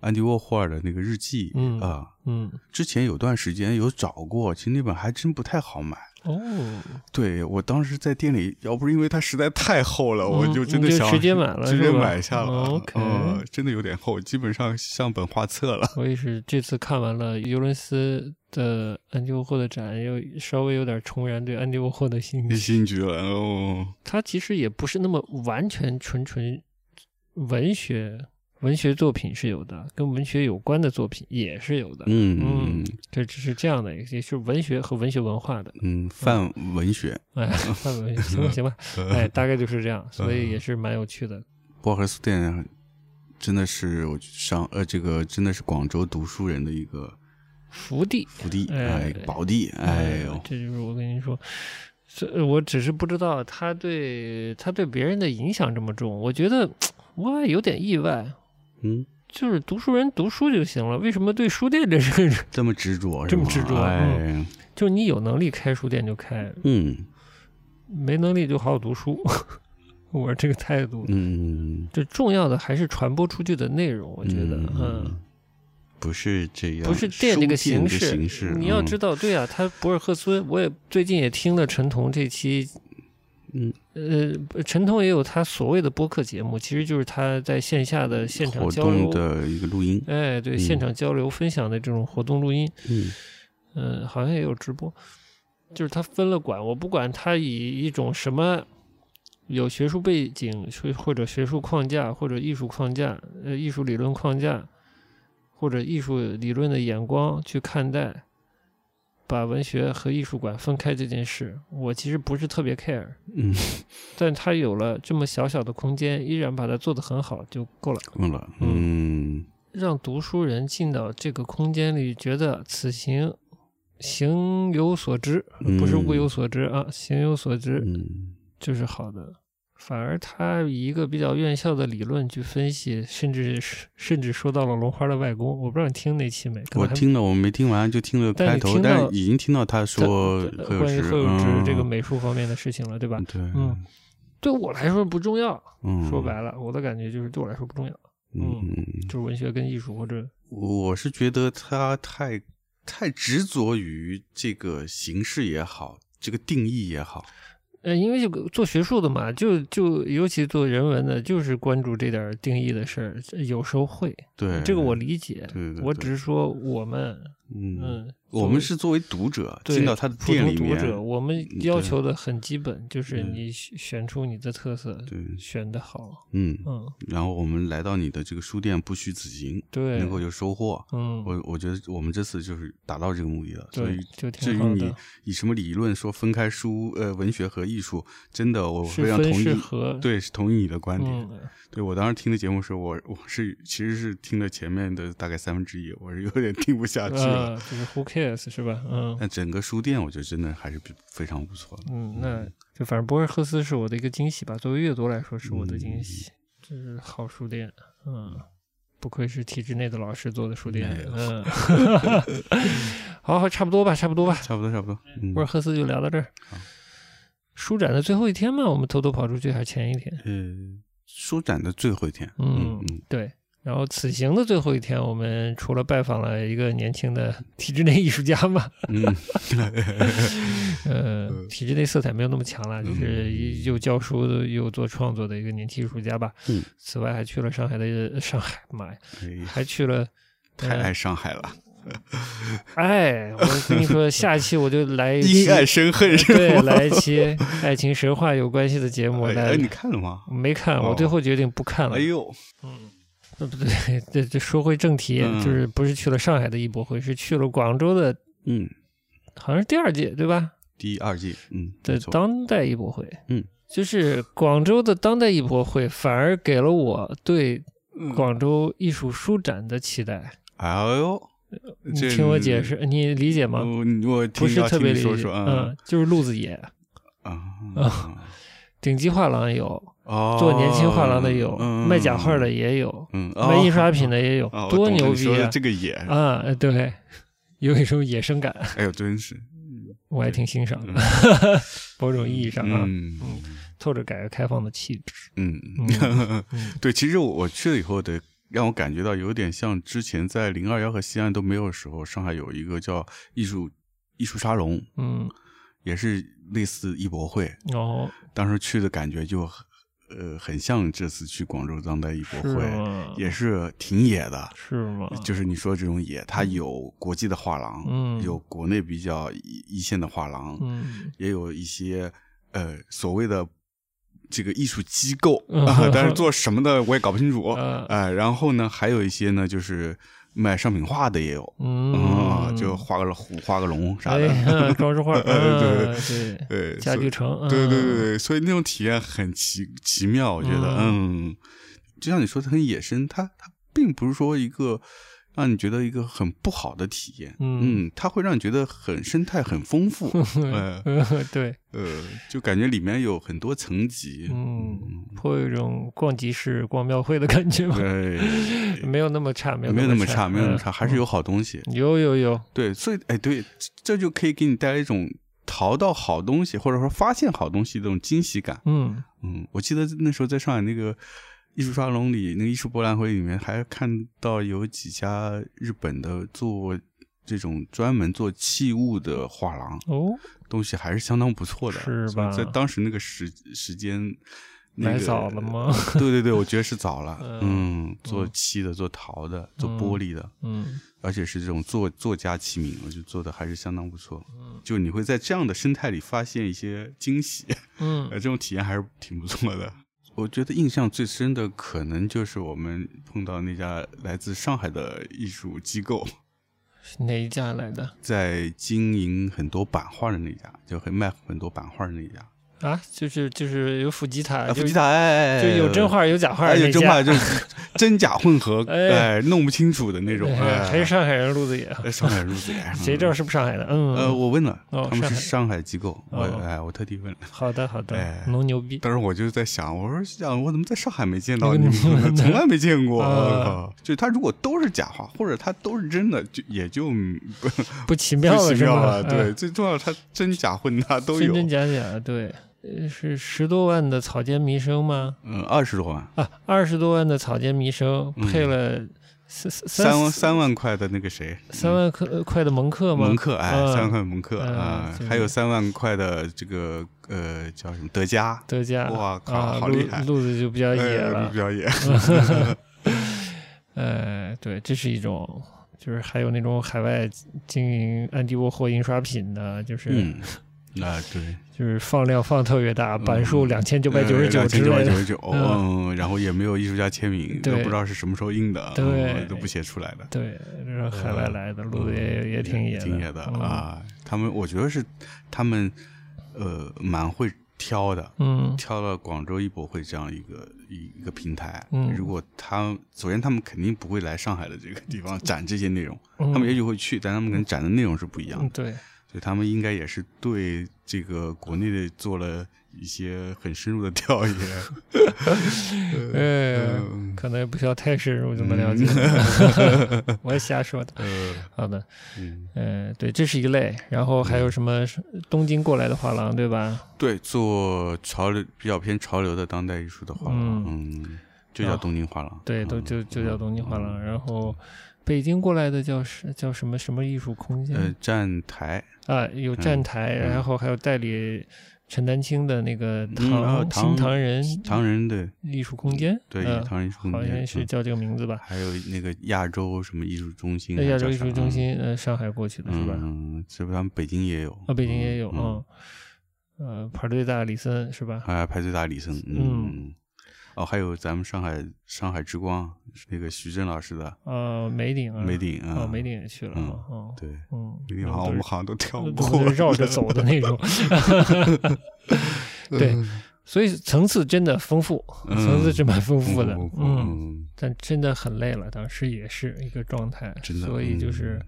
[SPEAKER 2] 安迪沃霍尔的那个日记，
[SPEAKER 3] 嗯
[SPEAKER 2] 啊，
[SPEAKER 3] 嗯，
[SPEAKER 2] 之前有段时间有找过，其实那本还真不太好买。
[SPEAKER 3] 哦，
[SPEAKER 2] 对我当时在店里，要不是因为它实在太厚了，我
[SPEAKER 3] 嗯
[SPEAKER 2] 就
[SPEAKER 3] 你
[SPEAKER 2] 真的
[SPEAKER 3] 就
[SPEAKER 2] 想
[SPEAKER 3] 直接买了
[SPEAKER 2] 直接
[SPEAKER 3] 是吧
[SPEAKER 2] 买下了。
[SPEAKER 3] 哦，OK
[SPEAKER 2] 嗯，真的有点厚，基本上像本画册了。 *laughs*
[SPEAKER 3] 我也是这次看完了尤伦斯的安迪沃霍的展，又稍微有点重燃对安迪沃霍的兴趣。
[SPEAKER 2] 新局了哦，
[SPEAKER 3] 他其实也不是那么完全纯纯文学，文学作品是有的，跟文学有关的作品也是有的。
[SPEAKER 2] 嗯嗯
[SPEAKER 3] 这只是这样的，也是文学和文学文化的。
[SPEAKER 2] 嗯，泛文学， *laughs*
[SPEAKER 3] 哎，范围行吧行吧，哎，大概就是这样，所以
[SPEAKER 2] 嗯
[SPEAKER 3] 也是蛮有趣的。
[SPEAKER 2] 薄荷书店真的是我上呃，这个真的是广州读书人的一个
[SPEAKER 3] 福地，
[SPEAKER 2] 福地，
[SPEAKER 3] 哎
[SPEAKER 2] 哎，宝地，哎呦，
[SPEAKER 3] 这就是我跟您说，这我只是不知道他对他对别人的影响这么重，我觉得我有点意外。
[SPEAKER 2] 嗯，
[SPEAKER 3] 就是读书人读书就行了，为什么对书店这事儿？
[SPEAKER 2] 这么执着，
[SPEAKER 3] 这么执着
[SPEAKER 2] 哎，
[SPEAKER 3] 就是你有能力开书店就开，
[SPEAKER 2] 嗯
[SPEAKER 3] 没能力就好好读书。 *laughs* 我是这个态度。
[SPEAKER 2] 嗯，
[SPEAKER 3] 就重要的还是传播出去的内容，我
[SPEAKER 2] 我
[SPEAKER 3] 觉得，嗯，，
[SPEAKER 2] 不是这样，
[SPEAKER 3] 不是店这个
[SPEAKER 2] 书店
[SPEAKER 3] 形
[SPEAKER 2] 这
[SPEAKER 3] 式，
[SPEAKER 2] 形式，嗯
[SPEAKER 3] 你要知道，对啊，他博尔赫斯，我也最近也听了陈彤这期，
[SPEAKER 2] 嗯，
[SPEAKER 3] 呃，陈彤也有他所谓的播客节目，其实就是他在线下的现
[SPEAKER 2] 嗯
[SPEAKER 3] 场
[SPEAKER 2] 活
[SPEAKER 3] 交
[SPEAKER 2] 动
[SPEAKER 3] 流，
[SPEAKER 2] 的一个录音，
[SPEAKER 3] 哎，对，
[SPEAKER 2] 嗯
[SPEAKER 3] 现场交流分享的这种活动录音，
[SPEAKER 2] 嗯
[SPEAKER 3] 嗯、好像也有直播，就是他分了管，我不管他以一种什么。有学术背景，学或者学术框架，或者艺术框架，呃，艺术理论框架，或者艺术理论的眼光去看待，把文学和艺术馆分开这件事，我其实不是特别 care，
[SPEAKER 2] 嗯，
[SPEAKER 3] 但他有了这么小小的空间，依然把它做得很好就够了。
[SPEAKER 2] 问了，嗯
[SPEAKER 3] 让读书人进到这个空间里，觉得此行行有所知，
[SPEAKER 2] 嗯
[SPEAKER 3] 不是物有所值啊，行有所知，
[SPEAKER 2] 嗯
[SPEAKER 3] 这是好的。反而他以一个比较院校的理论去分析，甚至是甚至说到了龙花的外公，我不知道你听那期没？可能
[SPEAKER 2] 我
[SPEAKER 3] 还没
[SPEAKER 2] 听了，我没听完，就听了
[SPEAKER 3] 但
[SPEAKER 2] 开
[SPEAKER 3] 你
[SPEAKER 2] 头，
[SPEAKER 3] 听到
[SPEAKER 2] 但已经听到他说何有
[SPEAKER 3] 他呃关于
[SPEAKER 2] 时，
[SPEAKER 3] 贺友之
[SPEAKER 2] 嗯
[SPEAKER 3] 这个美术方面的事情了，对吧？
[SPEAKER 2] 对，
[SPEAKER 3] 嗯对我来说不重要，
[SPEAKER 2] 嗯，
[SPEAKER 3] 说白了，我的感觉就是对我来说不重要，
[SPEAKER 2] 嗯，嗯，
[SPEAKER 3] 就是文学跟艺术或者
[SPEAKER 2] 我是觉得他太太执着于这个形式也好，这个定义也好，
[SPEAKER 3] 呃，因为这个做学术的嘛，就就尤其做人文的，就是关注这点儿定义的事儿，这有时候会，
[SPEAKER 2] 对，
[SPEAKER 3] 这个我理解，
[SPEAKER 2] 对对对
[SPEAKER 3] 我只是说我们，
[SPEAKER 2] 嗯，
[SPEAKER 3] 嗯，
[SPEAKER 2] 我们是作为读者
[SPEAKER 3] 对
[SPEAKER 2] 进到他的
[SPEAKER 3] 普
[SPEAKER 2] 店
[SPEAKER 3] 通
[SPEAKER 2] 里
[SPEAKER 3] 读
[SPEAKER 2] 面，
[SPEAKER 3] 者，我们
[SPEAKER 2] 嗯
[SPEAKER 3] 要
[SPEAKER 2] 对
[SPEAKER 3] 求的很基本，就
[SPEAKER 2] 对
[SPEAKER 3] 是你选选出你的特色，
[SPEAKER 2] 对，
[SPEAKER 3] 选的好，
[SPEAKER 2] 嗯，
[SPEAKER 3] 嗯，
[SPEAKER 2] 然后我们来到你的这个书店不虚此行，
[SPEAKER 3] 对，
[SPEAKER 2] 能够有收获。
[SPEAKER 3] 嗯，
[SPEAKER 2] 我我觉得我们这次就是达到这个目的了，所
[SPEAKER 3] 对
[SPEAKER 2] 以，
[SPEAKER 3] 就
[SPEAKER 2] 至
[SPEAKER 3] 挺
[SPEAKER 2] 于
[SPEAKER 3] 好
[SPEAKER 2] 你
[SPEAKER 3] 的，
[SPEAKER 2] 以什么理论说分开书呃文学和艺术，真的我
[SPEAKER 3] 是
[SPEAKER 2] 非常
[SPEAKER 3] 分
[SPEAKER 2] 同
[SPEAKER 3] 是
[SPEAKER 2] 意，
[SPEAKER 3] 合，
[SPEAKER 2] 对，是同意你的观点。
[SPEAKER 3] 嗯，
[SPEAKER 2] 对我当时听的节目时候，我我是其实是听了前面的大概三分之一，我是有点听不下去者，
[SPEAKER 3] 啊，就是 Who cares 是吧？嗯
[SPEAKER 2] 但整个书店我觉得真的还是比非常不错的。
[SPEAKER 3] 嗯，那就反正博尔赫斯是我的一个惊喜吧，作为阅读来说是我的惊
[SPEAKER 2] 嗯
[SPEAKER 3] 喜，这是好书店，嗯。不愧是体制内的老师做的书店
[SPEAKER 2] 没有， *laughs*
[SPEAKER 3] 嗯，好好，差不多吧，差不多吧，
[SPEAKER 2] 差不多，差不多。嗯
[SPEAKER 3] 博，尔赫斯就聊到这儿
[SPEAKER 2] 好。
[SPEAKER 3] 书展的最后一天嘛，我们偷偷跑出去还是前一天，
[SPEAKER 2] 呃，书展的最后一天，
[SPEAKER 3] 嗯
[SPEAKER 2] 嗯，
[SPEAKER 3] 对。然后此行的最后一天，我们除了拜访了一个年轻的体制内艺术家嘛，
[SPEAKER 2] 嗯，
[SPEAKER 3] *laughs*
[SPEAKER 2] *laughs*
[SPEAKER 3] 呃，体制内色彩没有那么强了，
[SPEAKER 2] 嗯
[SPEAKER 3] 就是一又教书又做创作的一个年轻艺术家吧。
[SPEAKER 2] 嗯
[SPEAKER 3] 此外，还去了上海的呃上海，妈呀，
[SPEAKER 2] 哎
[SPEAKER 3] 还去了。
[SPEAKER 2] 太爱上海了，
[SPEAKER 3] 哎，我跟你说，下期我就来一期
[SPEAKER 2] 因，爱生恨
[SPEAKER 3] *laughs*
[SPEAKER 2] 是
[SPEAKER 3] 对，
[SPEAKER 2] 吗？
[SPEAKER 3] 来一期爱情神话有关系的节目。
[SPEAKER 2] 哎
[SPEAKER 3] 来
[SPEAKER 2] 哎，，你看了吗？
[SPEAKER 3] 没看，我
[SPEAKER 2] 哦
[SPEAKER 3] 最后决定不看了
[SPEAKER 2] 哎。呦，
[SPEAKER 3] 呃，不对， *laughs* 这这说回正题，
[SPEAKER 2] 嗯
[SPEAKER 3] 就是不是去了上海的艺博会，是去了广州的，
[SPEAKER 2] 嗯，
[SPEAKER 3] 好像是第二届对吧？
[SPEAKER 2] 第二季，嗯，
[SPEAKER 3] 的
[SPEAKER 2] 没错
[SPEAKER 3] 当代艺博会，
[SPEAKER 2] 嗯，
[SPEAKER 3] 就是广州的当代艺博会，反而给了我对
[SPEAKER 2] 嗯
[SPEAKER 3] 广州艺术书展的期待。
[SPEAKER 2] 哎呦，
[SPEAKER 3] 呃你
[SPEAKER 2] 这嗯
[SPEAKER 3] 听我解释，你理解吗？
[SPEAKER 2] 我我听
[SPEAKER 3] 不是
[SPEAKER 2] 要
[SPEAKER 3] 特
[SPEAKER 2] 听
[SPEAKER 3] 别
[SPEAKER 2] 你
[SPEAKER 3] 理解，
[SPEAKER 2] 说说，嗯
[SPEAKER 3] 嗯，就是路子野，
[SPEAKER 2] 啊
[SPEAKER 3] 顶级画廊有，
[SPEAKER 2] 哦，
[SPEAKER 3] 做年轻画廊的有，
[SPEAKER 2] 嗯
[SPEAKER 3] 卖假画的，也有，
[SPEAKER 2] 嗯，哦
[SPEAKER 3] 卖印刷品的也有，
[SPEAKER 2] 哦我
[SPEAKER 3] 多
[SPEAKER 2] 懂了
[SPEAKER 3] 牛
[SPEAKER 2] 你说
[SPEAKER 3] 逼
[SPEAKER 2] 的
[SPEAKER 3] 啊！
[SPEAKER 2] 这个野，
[SPEAKER 3] 啊，呃对， *laughs* 有一种野生感，
[SPEAKER 2] 哎呦，真是，
[SPEAKER 3] 我还挺欣赏的， *laughs* 某种意义上 *laughs* 啊，
[SPEAKER 2] 嗯
[SPEAKER 3] 透着改革开放的气质。
[SPEAKER 2] 嗯 *laughs*
[SPEAKER 3] 嗯
[SPEAKER 2] 对，其实我我去了以后的，让我感觉到有点像之前在零二幺和西安都没有的时候，上海有一个叫艺术艺术沙龙，
[SPEAKER 3] 嗯，
[SPEAKER 2] 也是类似艺博会，
[SPEAKER 3] 然后
[SPEAKER 2] 当时去的感觉就很呃很像这次去广州当代艺博
[SPEAKER 3] 是
[SPEAKER 2] 会，
[SPEAKER 3] 吗？
[SPEAKER 2] 也是挺野的。
[SPEAKER 3] 是吗？
[SPEAKER 2] 就是你说这种野，它有国际的画廊，
[SPEAKER 3] 嗯
[SPEAKER 2] 有国内比较一一线的画廊，
[SPEAKER 3] 嗯，
[SPEAKER 2] 也有一些呃所谓的这个艺术机构
[SPEAKER 3] 嗯
[SPEAKER 2] 啊、但是做什么的我也搞不清楚。
[SPEAKER 3] 嗯
[SPEAKER 2] 哎，然后呢，还有一些呢，就是卖商品画的也有，啊、
[SPEAKER 3] 嗯，
[SPEAKER 2] 就画个虎、画个龙啥
[SPEAKER 3] 哎
[SPEAKER 2] 的。
[SPEAKER 3] 呀，装饰画，
[SPEAKER 2] 对 *laughs* 对
[SPEAKER 3] 嗯对
[SPEAKER 2] 对，
[SPEAKER 3] 家
[SPEAKER 2] 所
[SPEAKER 3] 具城，嗯
[SPEAKER 2] 对对对，对，所以那种体验很奇奇妙，我觉得，嗯，就像你说的很野生，它它并不是说一个让你觉得一个很不好的体验，
[SPEAKER 3] 嗯
[SPEAKER 2] 嗯，它会让你觉得很生态很丰
[SPEAKER 3] *laughs*
[SPEAKER 2] 富，呃
[SPEAKER 3] 嗯 *laughs* 对，
[SPEAKER 2] 呃，就感觉里面有很多层级，
[SPEAKER 3] 嗯，颇有一种逛集市、逛庙会的感觉吧，
[SPEAKER 2] 对，
[SPEAKER 3] *laughs* 没有那么差，没有
[SPEAKER 2] 哎没有那么
[SPEAKER 3] 差，
[SPEAKER 2] 差，没有那么
[SPEAKER 3] 嗯
[SPEAKER 2] 差，还是有好东西，
[SPEAKER 3] 有有有，
[SPEAKER 2] 对，所以哎，对，这这就可以给你带来一种。淘到好东西，或者说发现好东西的这种惊喜感，
[SPEAKER 3] 嗯，
[SPEAKER 2] 嗯，我记得那时候在上海那个艺术沙龙里，那个艺术博览会里面还看到有几家日本的做这种专门做器物的画廊，
[SPEAKER 3] 哦，
[SPEAKER 2] 东西还是相当不错的，
[SPEAKER 3] 是
[SPEAKER 2] 所以
[SPEAKER 3] 吧
[SPEAKER 2] 在当时那个时时间。那
[SPEAKER 3] 来
[SPEAKER 2] 个、
[SPEAKER 3] 早了吗？
[SPEAKER 2] *laughs* 对对对，我觉得是早了。
[SPEAKER 3] 嗯
[SPEAKER 2] 嗯，做漆的、做陶的、做玻璃的，
[SPEAKER 3] 嗯
[SPEAKER 2] 而且是这种作作家齐名，我觉得做的还是相当不错。就你会在这样的生态里发现一些惊喜。
[SPEAKER 3] 嗯
[SPEAKER 2] *laughs* 呃，这种体验还是挺不错的。我觉得印象最深的可能就是我们碰到那家来自上海的艺术机构，
[SPEAKER 3] 哪一家来的
[SPEAKER 2] 在经营很多版画的那家，就很卖很多版画的那家。
[SPEAKER 3] 啊？就是就是有伏吉塔，
[SPEAKER 2] 啊，
[SPEAKER 3] 就
[SPEAKER 2] 伏吉塔，哎，哎
[SPEAKER 3] 就有真，画有假
[SPEAKER 2] 哎
[SPEAKER 3] 画，
[SPEAKER 2] 哎，有
[SPEAKER 3] 哪
[SPEAKER 2] 真
[SPEAKER 3] 家
[SPEAKER 2] 画，就是真假混合，
[SPEAKER 3] *laughs* 哎
[SPEAKER 2] 哎，弄不清楚的那种。
[SPEAKER 3] 哎
[SPEAKER 2] 哎
[SPEAKER 3] 还是上海人路子野，
[SPEAKER 2] 哎上海路子哎
[SPEAKER 3] *laughs* 谁知道是不是上海的？嗯，
[SPEAKER 2] 呃，我问了，
[SPEAKER 3] 哦
[SPEAKER 2] 他们
[SPEAKER 3] 上
[SPEAKER 2] 是
[SPEAKER 3] 海
[SPEAKER 2] 上海机构，我
[SPEAKER 3] 哦
[SPEAKER 2] 哎，我特地问了。
[SPEAKER 3] 好的好的
[SPEAKER 2] 哎，
[SPEAKER 3] 能牛逼，
[SPEAKER 2] 当时我就在想，我说想我怎么在上海没见到
[SPEAKER 3] 那
[SPEAKER 2] 你
[SPEAKER 3] 个
[SPEAKER 2] 们
[SPEAKER 3] 你们 *laughs*
[SPEAKER 2] 呢？从来没见过。
[SPEAKER 3] 啊
[SPEAKER 2] 就是他如果都是假话，或者他都是真的，就也就不
[SPEAKER 3] 不奇
[SPEAKER 2] 不
[SPEAKER 3] 妙了
[SPEAKER 2] 奇
[SPEAKER 3] 是
[SPEAKER 2] 妙
[SPEAKER 3] 吧？
[SPEAKER 2] 了。对，
[SPEAKER 3] 嗯，
[SPEAKER 2] 最重要是他真假混搭都
[SPEAKER 3] 真
[SPEAKER 2] 有。
[SPEAKER 3] 真假假，对，呃是十多万的草间弥生吗？
[SPEAKER 2] 嗯，二十多万，
[SPEAKER 3] 啊，二十多万的草间弥生
[SPEAKER 2] 嗯
[SPEAKER 3] 配了三三
[SPEAKER 2] 三万三万块的那个谁，
[SPEAKER 3] 三万克呃块的蒙克吗？
[SPEAKER 2] 蒙克，哎，
[SPEAKER 3] 嗯
[SPEAKER 2] 三万块蒙克
[SPEAKER 3] 嗯
[SPEAKER 2] 啊
[SPEAKER 3] 就是，
[SPEAKER 2] 还有三万块的这个呃叫什么德加，
[SPEAKER 3] 德加，
[SPEAKER 2] 哇靠
[SPEAKER 3] 啊
[SPEAKER 2] 好
[SPEAKER 3] 路
[SPEAKER 2] 厉害
[SPEAKER 3] 路子就比较野
[SPEAKER 2] 呃
[SPEAKER 3] 了。嗯
[SPEAKER 2] 表
[SPEAKER 3] *laughs*
[SPEAKER 2] 演，
[SPEAKER 3] 呃，对，这是一种，就是还有那种海外经营安迪沃霍印刷品的，就是、
[SPEAKER 2] 嗯。啊，对，
[SPEAKER 3] 就是放量放特别大，版
[SPEAKER 2] 嗯
[SPEAKER 3] 数两千 *laughs* 九百九十九之
[SPEAKER 2] 呃千九百
[SPEAKER 3] 类
[SPEAKER 2] 九
[SPEAKER 3] 的。
[SPEAKER 2] 十九，
[SPEAKER 3] 嗯
[SPEAKER 2] 嗯，然后也没有艺术家签名，都
[SPEAKER 3] 对
[SPEAKER 2] 不知道是什么时候印的，
[SPEAKER 3] 对
[SPEAKER 2] 嗯都嗯不写出来的。
[SPEAKER 3] *laughs* 对，这是海外来的，路子也也挺野的，嗯
[SPEAKER 2] 挺野的、啊。他们我觉得是他们呃蛮会挑的，
[SPEAKER 3] 嗯
[SPEAKER 2] 挑了广州艺博会这样一个一一个平台。
[SPEAKER 3] 嗯
[SPEAKER 2] 如果他首先他们肯定不会来上海的这个地方展这些内容，
[SPEAKER 3] 嗯，
[SPEAKER 2] 他们也许会去，但他们可能展的内容是不一样
[SPEAKER 3] 嗯
[SPEAKER 2] 的，
[SPEAKER 3] 对，
[SPEAKER 2] 所以他们应该也是对这个国内的做了一些很深入的调研。
[SPEAKER 3] *laughs* 呃，
[SPEAKER 2] 嗯
[SPEAKER 3] 可能也不需要太深入这么了解， *laughs* 我瞎说的。
[SPEAKER 2] 呃，
[SPEAKER 3] 好的，
[SPEAKER 2] 嗯，
[SPEAKER 3] 嗯，对，这是一个类，然后还有什么是东京过来的画廊，对吧？
[SPEAKER 2] 对，做潮流比较偏潮流的当代艺术的画廊，嗯，就叫
[SPEAKER 3] 然后
[SPEAKER 2] 东京画廊。
[SPEAKER 3] 啊对，都
[SPEAKER 2] 嗯
[SPEAKER 3] 就就叫东京画廊，然后北京过来的叫是叫什么什么艺术空
[SPEAKER 2] 呃
[SPEAKER 3] 间
[SPEAKER 2] 站台，
[SPEAKER 3] 啊，有站台，
[SPEAKER 2] 嗯
[SPEAKER 3] 然后还有代理陈丹青的那个
[SPEAKER 2] 嗯啊
[SPEAKER 3] 唐
[SPEAKER 2] 唐
[SPEAKER 3] 新唐人
[SPEAKER 2] 唐人的
[SPEAKER 3] 艺术空间，
[SPEAKER 2] 对
[SPEAKER 3] 嗯
[SPEAKER 2] 唐人艺术空
[SPEAKER 3] 好像
[SPEAKER 2] 间
[SPEAKER 3] 是
[SPEAKER 2] 嗯
[SPEAKER 3] 叫这个名字吧？
[SPEAKER 2] 还有那个亚洲什么艺术中心
[SPEAKER 3] 那
[SPEAKER 2] 还是
[SPEAKER 3] 亚
[SPEAKER 2] 叫啥，
[SPEAKER 3] 洲艺术中心，呃，上海过去的
[SPEAKER 2] 嗯
[SPEAKER 3] 是吧？
[SPEAKER 2] 嗯，这不他们北京也有
[SPEAKER 3] 啊，北京也有，
[SPEAKER 2] 嗯，
[SPEAKER 3] 嗯，呃，排队大李森是吧？
[SPEAKER 2] 还有排最大李森，嗯，哦，还有咱们上海上海之光那个徐峥老师的
[SPEAKER 3] 呃，梅顶啊，
[SPEAKER 2] 梅顶啊
[SPEAKER 3] 啊，，梅顶也去了
[SPEAKER 2] 嗯
[SPEAKER 3] 啊，嗯
[SPEAKER 2] 对，
[SPEAKER 3] 嗯，
[SPEAKER 2] 梅顶
[SPEAKER 3] 然
[SPEAKER 2] 好
[SPEAKER 3] 后
[SPEAKER 2] 像我
[SPEAKER 3] 都
[SPEAKER 2] 们
[SPEAKER 3] 是
[SPEAKER 2] 好像都跳
[SPEAKER 3] 都
[SPEAKER 2] 过
[SPEAKER 3] 是
[SPEAKER 2] 了，
[SPEAKER 3] 绕着走的
[SPEAKER 2] *laughs*
[SPEAKER 3] 那种， *laughs* 对，所以层次真的丰富，
[SPEAKER 2] 嗯
[SPEAKER 3] 层次是蛮丰
[SPEAKER 2] 丰
[SPEAKER 3] 富的
[SPEAKER 2] 富，
[SPEAKER 3] 嗯，
[SPEAKER 2] 嗯，
[SPEAKER 3] 但真的很累了，当时也是一个状态，
[SPEAKER 2] 真的
[SPEAKER 3] 所以就是
[SPEAKER 2] 嗯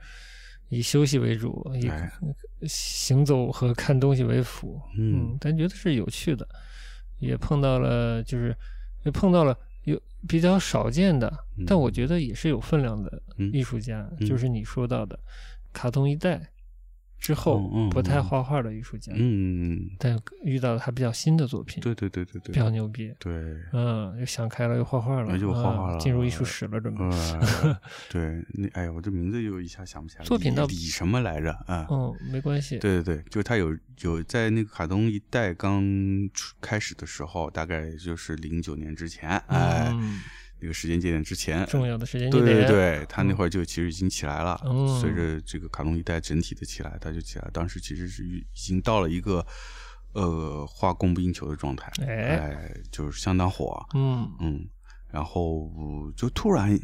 [SPEAKER 3] 以休息为主，以
[SPEAKER 2] 哎
[SPEAKER 3] 行走和看东西为辅，
[SPEAKER 2] 嗯
[SPEAKER 3] 嗯，但觉得是有趣的，也碰到了，就是也碰到了有比较少见的，
[SPEAKER 2] 嗯
[SPEAKER 3] 但我觉得也是有分量的
[SPEAKER 2] 嗯
[SPEAKER 3] 艺术家，
[SPEAKER 2] 嗯
[SPEAKER 3] 就是你说到的，卡通一代之后
[SPEAKER 2] 哦嗯
[SPEAKER 3] 不太
[SPEAKER 2] 嗯
[SPEAKER 3] 画画的艺术家，
[SPEAKER 2] 嗯，
[SPEAKER 3] 但遇到了他比较新的作品，
[SPEAKER 2] 对对对对
[SPEAKER 3] 比
[SPEAKER 2] 对，
[SPEAKER 3] 较牛逼，
[SPEAKER 2] 对，
[SPEAKER 3] 嗯，又想开了，又画画了，
[SPEAKER 2] 哎又画画
[SPEAKER 3] 嗯
[SPEAKER 2] 了
[SPEAKER 3] 进入艺术史了，准备。 *laughs*
[SPEAKER 2] 呃，对，那哎呀，我这名字又一下想不起来了，
[SPEAKER 3] 作品
[SPEAKER 2] 李
[SPEAKER 3] 倒
[SPEAKER 2] 李什么来着啊？
[SPEAKER 3] 嗯，没关系。
[SPEAKER 2] 对对对，就是他有有在那个卡通一代刚出开始的时候，大概就是零九年之前，哎，
[SPEAKER 3] 嗯，
[SPEAKER 2] 那个时间节点之前，
[SPEAKER 3] 重要的时间
[SPEAKER 2] 对
[SPEAKER 3] 节点
[SPEAKER 2] 对对，他那会儿就其实已经起来了，
[SPEAKER 3] 嗯
[SPEAKER 2] 随着这个卡通一代整体的起来，他就起来。当时其实是已经到了一个呃画供不应求的状态，
[SPEAKER 3] 哎
[SPEAKER 2] 哎，就是相当火，
[SPEAKER 3] 嗯
[SPEAKER 2] 嗯，然后呃就突然，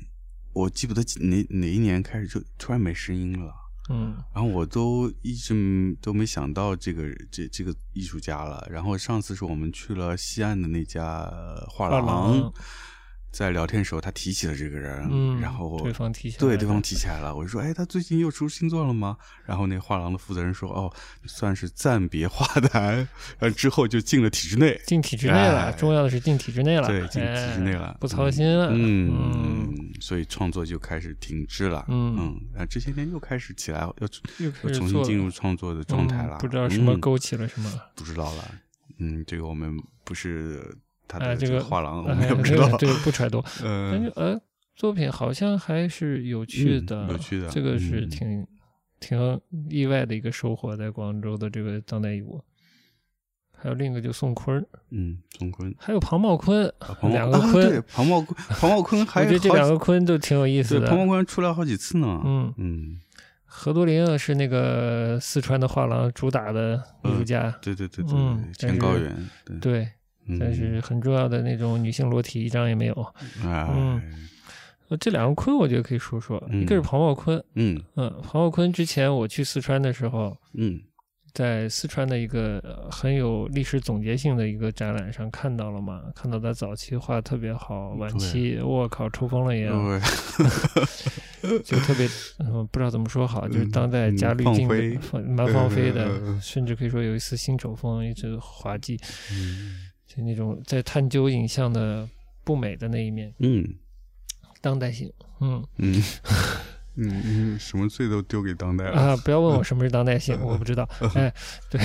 [SPEAKER 2] 我记不得几哪哪一年开始就突然没声音了。
[SPEAKER 3] 嗯
[SPEAKER 2] 然后我都一直嗯都没想到这个这这个艺术家了。然后上次是我们去了西岸的那家呃画
[SPEAKER 3] 画廊
[SPEAKER 2] 在聊天的时候，他提起了这个人，
[SPEAKER 3] 嗯，
[SPEAKER 2] 然后
[SPEAKER 3] 对方提醒，
[SPEAKER 2] 对对方提起来了，我就说，哎，他最近又出新作了吗？然后那画廊的负责人说，哦，算是暂别画坛，然后之后就进了体制内。
[SPEAKER 3] 进体制内了，
[SPEAKER 2] 哎
[SPEAKER 3] 重要的是进体制内了，
[SPEAKER 2] 对，进体制内
[SPEAKER 3] 哎
[SPEAKER 2] 了，
[SPEAKER 3] 不操心了，
[SPEAKER 2] 嗯，嗯，所以创作就开始停滞了，
[SPEAKER 3] 嗯
[SPEAKER 2] 嗯，啊，这些年又开始起来，又
[SPEAKER 3] 又开
[SPEAKER 2] 又
[SPEAKER 3] 始
[SPEAKER 2] 重新
[SPEAKER 3] 做了
[SPEAKER 2] 进入创作的状态了，
[SPEAKER 3] 嗯不知道什么
[SPEAKER 2] 嗯
[SPEAKER 3] 勾起了什么，
[SPEAKER 2] 不知道了，嗯，这个我们不是他
[SPEAKER 3] 哎
[SPEAKER 2] 的
[SPEAKER 3] 这
[SPEAKER 2] 这个
[SPEAKER 3] 个
[SPEAKER 2] 画廊，嗯我
[SPEAKER 3] 哎
[SPEAKER 2] 们也不
[SPEAKER 3] *laughs* 对
[SPEAKER 2] 知道，
[SPEAKER 3] 对，不揣度，但是
[SPEAKER 2] 嗯，
[SPEAKER 3] 呃，作品好像还是有趣
[SPEAKER 2] 嗯
[SPEAKER 3] 的，
[SPEAKER 2] 有趣的
[SPEAKER 3] 这个是
[SPEAKER 2] 嗯
[SPEAKER 3] 挺挺意外的一个收获，在广州的这个当代艺术。还有另一个就宋坤儿，
[SPEAKER 2] 嗯，宋坤，
[SPEAKER 3] 还有庞茂坤，
[SPEAKER 2] 啊庞
[SPEAKER 3] 两
[SPEAKER 2] 茂
[SPEAKER 3] 个
[SPEAKER 2] 啊
[SPEAKER 3] 坤
[SPEAKER 2] 对，庞茂坤，庞茂坤还
[SPEAKER 3] 我觉得这
[SPEAKER 2] 好
[SPEAKER 3] 两
[SPEAKER 2] 几
[SPEAKER 3] 个坤都挺有意思
[SPEAKER 2] 对，
[SPEAKER 3] 的。
[SPEAKER 2] 庞茂坤出来好几次呢，
[SPEAKER 3] 嗯，
[SPEAKER 2] 嗯，
[SPEAKER 3] 何多林啊是那个四川的画廊主打的艺术家，
[SPEAKER 2] 对对对
[SPEAKER 3] 嗯
[SPEAKER 2] 对，前高原，对，
[SPEAKER 3] 对，
[SPEAKER 2] 嗯
[SPEAKER 3] 但是很重要的那种女性裸体一张也没有。
[SPEAKER 2] 哎
[SPEAKER 3] 嗯，呃这两个坤我觉得可以说说，
[SPEAKER 2] 嗯
[SPEAKER 3] 一个是庞茂坤，
[SPEAKER 2] 嗯
[SPEAKER 3] 嗯，庞茂坤之前我去四川的时候，
[SPEAKER 2] 嗯
[SPEAKER 3] 在四川的一个呃很有历史总结性的一个展览上看到了嘛，看到他早期画得特别好，晚期我靠抽风了也，
[SPEAKER 2] 对，
[SPEAKER 3] 就特别，嗯，不知道怎么说好，就是当代加滤
[SPEAKER 2] 嗯
[SPEAKER 3] 镜的，
[SPEAKER 2] 放
[SPEAKER 3] 放蛮放飞
[SPEAKER 2] 嗯
[SPEAKER 3] 的，甚至可以说有一丝新手风，一直滑稽，
[SPEAKER 2] 嗯
[SPEAKER 3] 就那种在探究影像的不美的那一面，
[SPEAKER 2] 嗯
[SPEAKER 3] 当代性，嗯
[SPEAKER 2] 嗯嗯嗯，什么罪都丢给当代了，
[SPEAKER 3] 啊，不要问我什么是当代性，我不
[SPEAKER 2] *laughs*
[SPEAKER 3] 知道，哎，对，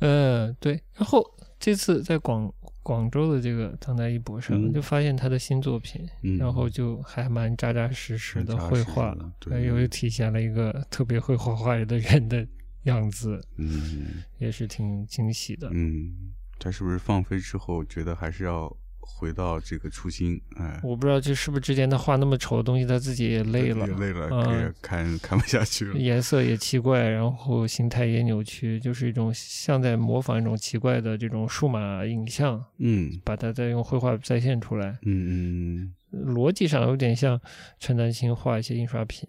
[SPEAKER 3] 嗯对，然后这次在广广州的这个当代艺博上，
[SPEAKER 2] 嗯
[SPEAKER 3] 就发现他的新作品，
[SPEAKER 2] 嗯
[SPEAKER 3] 然后就还蛮扎扎实实的
[SPEAKER 2] 蛮扎
[SPEAKER 3] 绘
[SPEAKER 2] 实
[SPEAKER 3] 画
[SPEAKER 2] 的，对
[SPEAKER 3] 呃又体现了一个特别会画画的人的样子，
[SPEAKER 2] 嗯
[SPEAKER 3] 也是挺惊喜的。
[SPEAKER 2] 嗯，他是不是放飞之后觉得还是要回到这个初心？哎，
[SPEAKER 3] 我不知道这是不是之前他画那么丑的东西，他自己也累了，
[SPEAKER 2] 也累了，
[SPEAKER 3] 嗯
[SPEAKER 2] 可以看看不下去了。
[SPEAKER 3] 颜色也奇怪，然后形态也扭曲，就是一种像在模仿一种奇怪的这种数码影像，
[SPEAKER 2] 嗯
[SPEAKER 3] 把它再用绘画再现出来。
[SPEAKER 2] 嗯
[SPEAKER 3] 逻辑上有点像陈丹青画一些印刷品，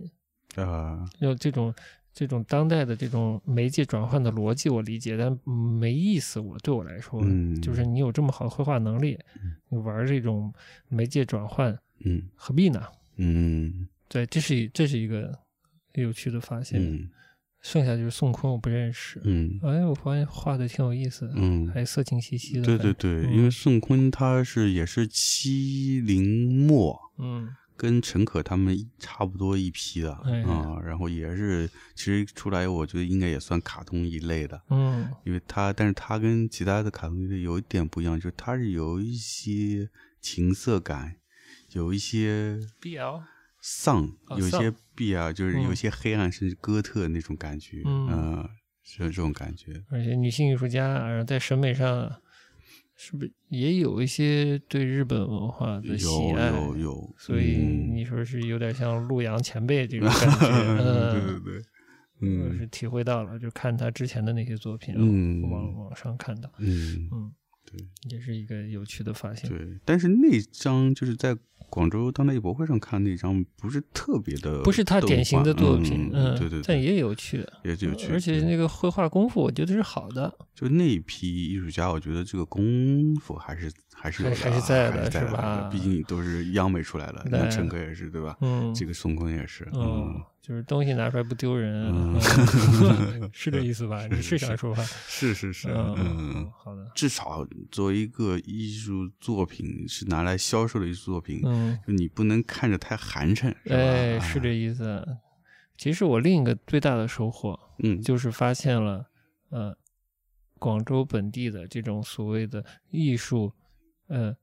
[SPEAKER 2] 嗯啊，
[SPEAKER 3] 就这种这种当代的这种媒介转换的逻辑我理解，但没意思。我对我来说，
[SPEAKER 2] 嗯
[SPEAKER 3] 就是你有这么好的绘画能力，你玩这种媒介转换，
[SPEAKER 2] 嗯
[SPEAKER 3] 何必呢？
[SPEAKER 2] 嗯
[SPEAKER 3] 对，这是一这是一个有趣的发现。
[SPEAKER 2] 嗯
[SPEAKER 3] 剩下就是宋坤，我不认识。
[SPEAKER 2] 嗯
[SPEAKER 3] 哎，我发现画的挺有意思，
[SPEAKER 2] 嗯
[SPEAKER 3] 还色情兮兮的。嗯
[SPEAKER 2] 对对，对，因为宋坤他是也是七零末，
[SPEAKER 3] 嗯
[SPEAKER 2] 跟陈可他们一差不多一批的啊、
[SPEAKER 3] 哎
[SPEAKER 2] 然后也是其实出来，我觉得应该也算卡通一类的，
[SPEAKER 3] 嗯
[SPEAKER 2] 因为他，但是他跟其他的卡通一类有一点不一样，就是他是有一些情色感，有一些
[SPEAKER 3] ，BL，
[SPEAKER 2] 丧，
[SPEAKER 3] 哦
[SPEAKER 2] 有一些 B 啊，就是有
[SPEAKER 3] 嗯
[SPEAKER 2] 一些黑暗，甚至哥特那种感觉，
[SPEAKER 3] 嗯
[SPEAKER 2] 呃是这种感觉，
[SPEAKER 3] 而且女性艺术家，然后在审美上，是不是也有一些对日本文化的
[SPEAKER 2] 有
[SPEAKER 3] 喜爱？
[SPEAKER 2] 有有，
[SPEAKER 3] 所以
[SPEAKER 2] 嗯
[SPEAKER 3] 你说是有点像陆阳前辈这种感觉，嗯，
[SPEAKER 2] *laughs* 对对，
[SPEAKER 3] 我是
[SPEAKER 2] 嗯
[SPEAKER 3] 体会到了，就看他之前的那些作品啊，
[SPEAKER 2] 嗯
[SPEAKER 3] 网网上看到，
[SPEAKER 2] 嗯，
[SPEAKER 3] 嗯，
[SPEAKER 2] 对，
[SPEAKER 3] 也是一个有趣的发现，
[SPEAKER 2] 对。但是那张就是在广州当代艺博会上看那张，不是特别的，
[SPEAKER 3] 不是他典型的作品，
[SPEAKER 2] 嗯，对对
[SPEAKER 3] 但
[SPEAKER 2] 对，
[SPEAKER 3] 也有趣，
[SPEAKER 2] 也就有趣。嗯
[SPEAKER 3] 而且
[SPEAKER 2] 对
[SPEAKER 3] 那个绘画功夫，我觉得是好的，
[SPEAKER 2] 就那一批艺术家，我觉得这个功夫还是还是有的啊，
[SPEAKER 3] 还还是在的
[SPEAKER 2] 还在
[SPEAKER 3] 是吧
[SPEAKER 2] 毕竟都是央美出来的，
[SPEAKER 3] 对
[SPEAKER 2] 像陈可也是，对吧？
[SPEAKER 3] 嗯，
[SPEAKER 2] 这个宋坤也是，
[SPEAKER 3] 嗯，就是东西拿出来不丢人，
[SPEAKER 2] 嗯
[SPEAKER 3] 嗯 *laughs* 是这意思
[SPEAKER 2] *laughs*
[SPEAKER 3] 吧？你是想说吧？
[SPEAKER 2] 是是是，
[SPEAKER 3] 嗯，
[SPEAKER 2] 嗯
[SPEAKER 3] 嗯，好的，
[SPEAKER 2] 至少作为一个艺术作品是拿来销售的艺术作品，
[SPEAKER 3] 嗯，
[SPEAKER 2] 就你不能看着太寒碜，是吧？
[SPEAKER 3] 哎，是
[SPEAKER 2] 啊，
[SPEAKER 3] 这意思。其实我另一个最大的收获
[SPEAKER 2] 嗯，
[SPEAKER 3] 就是发现了，呃，广州本地的这种所谓的艺术，呃，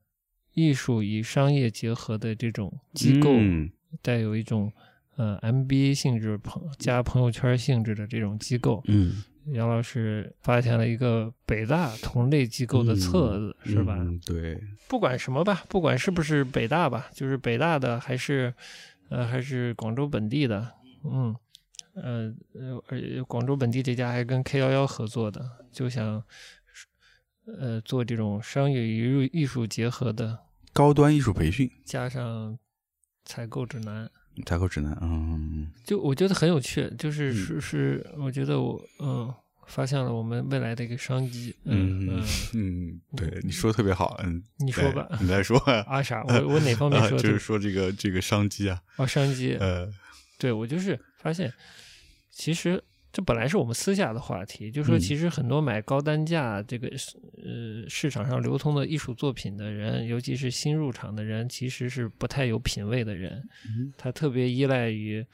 [SPEAKER 3] 艺术与商业结合的这种机构，
[SPEAKER 2] 嗯
[SPEAKER 3] 带有一种呃 MBA 性质朋加朋友圈性质的这种机构，
[SPEAKER 2] 嗯，
[SPEAKER 3] 杨老师发现了一个北大同类机构的册子，
[SPEAKER 2] 嗯
[SPEAKER 3] 是吧？
[SPEAKER 2] 嗯对，
[SPEAKER 3] 不管什么吧，不管是不是北大吧，就是北大的还是，呃，还是广州本地的，嗯，呃呃，而且广州本地这家还跟 K 幺幺合作的，就想，呃，做这种商业与艺术结合的，
[SPEAKER 2] 高端艺术培训
[SPEAKER 3] 加上采购指南，
[SPEAKER 2] 采购指南，嗯
[SPEAKER 3] 就我觉得很有趣，就是
[SPEAKER 2] 嗯
[SPEAKER 3] 是是，我觉得我嗯发现了我们未来的一个商机。嗯，
[SPEAKER 2] 嗯，对，你说得特别好，嗯，
[SPEAKER 3] 你说吧
[SPEAKER 2] 对你
[SPEAKER 3] *laughs*
[SPEAKER 2] 来说啊，
[SPEAKER 3] 阿傻，我我哪方面
[SPEAKER 2] 啊
[SPEAKER 3] 说
[SPEAKER 2] 就
[SPEAKER 3] 的
[SPEAKER 2] 是？说这个这个商机啊，
[SPEAKER 3] 哦，商机。
[SPEAKER 2] 呃，
[SPEAKER 3] 对我就是发现，其实这本来是我们私下的话题，就说
[SPEAKER 2] 嗯
[SPEAKER 3] 其实很多买高单价这个呃市场上流通的艺术作品的人，尤其是新入场的人，其实是不太有品位的人，
[SPEAKER 2] 嗯
[SPEAKER 3] 他特别依赖于。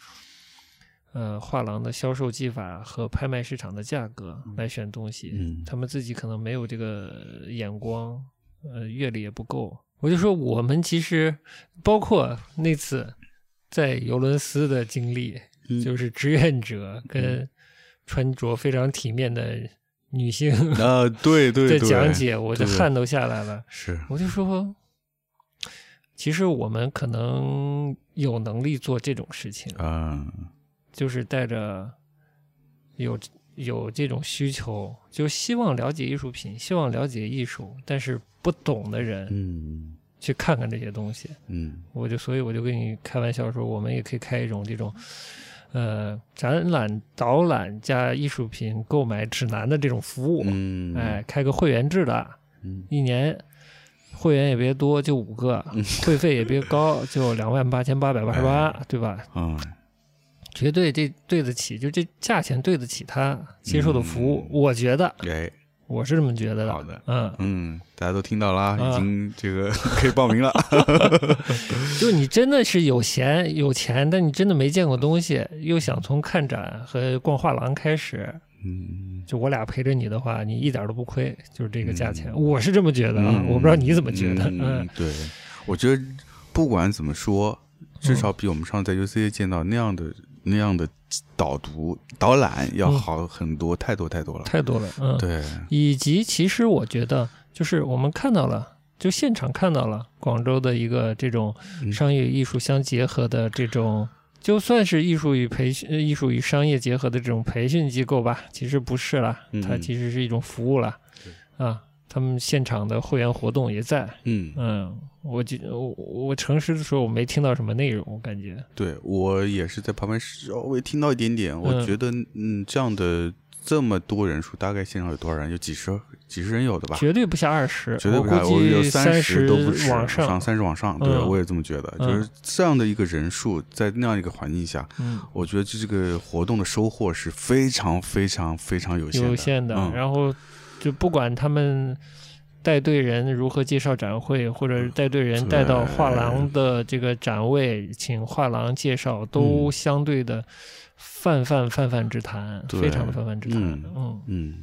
[SPEAKER 3] 呃，画廊的销售技法和拍卖市场的价格来选东西，
[SPEAKER 2] 嗯
[SPEAKER 3] 他们自己可能没有这个眼光，呃，阅历也不够。我就说，我们其实包括那次在尤伦斯的经历，
[SPEAKER 2] 嗯
[SPEAKER 3] 就是 *laughs* 志愿者跟穿着非常体面的女性 *laughs*
[SPEAKER 2] 啊，对对
[SPEAKER 3] 在
[SPEAKER 2] 对，
[SPEAKER 3] 讲解，我的
[SPEAKER 2] 对
[SPEAKER 3] 汗都下来了。
[SPEAKER 2] 是，
[SPEAKER 3] 我就说，其实我们可能有能力做这种事情，
[SPEAKER 2] 啊，
[SPEAKER 3] 就是带着有有这种需求，就希望了解艺术品，希望了解艺术，但是不懂的人
[SPEAKER 2] 嗯
[SPEAKER 3] 去看看这些东西。
[SPEAKER 2] 嗯
[SPEAKER 3] 我就所以我就跟你开玩笑说，我们也可以开一种这种，呃，展览导览加艺术品购买指南的这种服务，
[SPEAKER 2] 嗯，
[SPEAKER 3] 哎，，开个会员制的，
[SPEAKER 2] 嗯
[SPEAKER 3] 一年会员也别多，就五个，会费也别高，就两万八千八百八十八，对吧？
[SPEAKER 2] 啊，
[SPEAKER 3] 绝对这对得起，就这价钱对得起他接受的服务，
[SPEAKER 2] 嗯
[SPEAKER 3] 我觉得
[SPEAKER 2] 哎，
[SPEAKER 3] 我是这么觉得的，
[SPEAKER 2] 好的
[SPEAKER 3] 嗯，
[SPEAKER 2] 嗯，大家都听到啦，
[SPEAKER 3] 啊
[SPEAKER 2] 已经这个 *laughs* 可以报名了。
[SPEAKER 3] 就你真的是有闲有钱，但你真的没见过东西，又想从看展和逛画廊开始，
[SPEAKER 2] 嗯，
[SPEAKER 3] 就我俩陪着你的话，你一点都不亏，就是这个价钱，
[SPEAKER 2] 嗯
[SPEAKER 3] 我是这么觉得啊，
[SPEAKER 2] 嗯
[SPEAKER 3] 我不知道你怎么觉得，
[SPEAKER 2] 嗯，对，我觉得不管怎么说，至少比我们上次在 UCA 见到那样的那样的导读导览要好很多，太多太多了。
[SPEAKER 3] 嗯太多了，嗯，
[SPEAKER 2] 对，
[SPEAKER 3] 以及其实我觉得，就是我们看到了，就现场看到了广州的一个这种
[SPEAKER 2] 嗯
[SPEAKER 3] 商业艺术相结合的这种，就算是艺术与培训、呃艺术与商业结合的这种培训机构吧，其实不是啦
[SPEAKER 2] 嗯，
[SPEAKER 3] 它其实是一种服务啦，啊，他们现场的会员活动也在。
[SPEAKER 2] 嗯，
[SPEAKER 3] 嗯，我记我我诚实的说，我没听到什么内容，我感觉
[SPEAKER 2] 对我也是在旁边稍微听到一点点，我
[SPEAKER 3] 嗯
[SPEAKER 2] 觉得嗯，这样的这么多人数，大概现场有多少人？有几十几十人有的吧？
[SPEAKER 3] 绝对不下二十，
[SPEAKER 2] 绝对不
[SPEAKER 3] 估
[SPEAKER 2] 差，我有
[SPEAKER 3] 计
[SPEAKER 2] 三
[SPEAKER 3] 十
[SPEAKER 2] 都不止，
[SPEAKER 3] 往
[SPEAKER 2] 上三十往上，对、
[SPEAKER 3] 嗯
[SPEAKER 2] 我也这么觉得，
[SPEAKER 3] 嗯
[SPEAKER 2] 就是这样的一个人数，在那样一个环境下，
[SPEAKER 3] 嗯，
[SPEAKER 2] 我觉得这这个活动的收获是非常非常非常有限的。
[SPEAKER 3] 有限的。
[SPEAKER 2] 嗯
[SPEAKER 3] 然后就不管他们带队人如何介绍展会，或
[SPEAKER 2] 嗯
[SPEAKER 3] 者是带队人带到画廊的这个展位，请画廊介绍，都
[SPEAKER 2] 嗯
[SPEAKER 3] 相对的泛泛泛泛之谈，
[SPEAKER 2] 对
[SPEAKER 3] 非常泛泛之谈。
[SPEAKER 2] 嗯
[SPEAKER 3] 嗯
[SPEAKER 2] 嗯，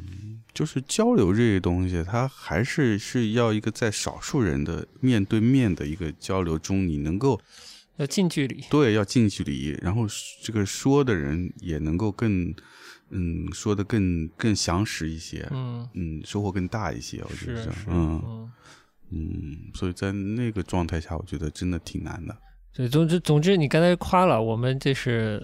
[SPEAKER 2] 就是交流这些东西，它还是是要一个在少数人的面对面的一个交流中，你能够
[SPEAKER 3] 要近距离。
[SPEAKER 2] 对要近距离，然后这个说的人也能够更，嗯，说的更更详实一些，
[SPEAKER 3] 嗯，
[SPEAKER 2] 嗯，收获更大一些，我觉
[SPEAKER 3] 是
[SPEAKER 2] 得这样，
[SPEAKER 3] 是，
[SPEAKER 2] 嗯
[SPEAKER 3] 嗯。
[SPEAKER 2] 嗯，所以在那个状态下，我觉得真的挺难的，
[SPEAKER 3] 对，总之总之，你刚才夸了我们，这是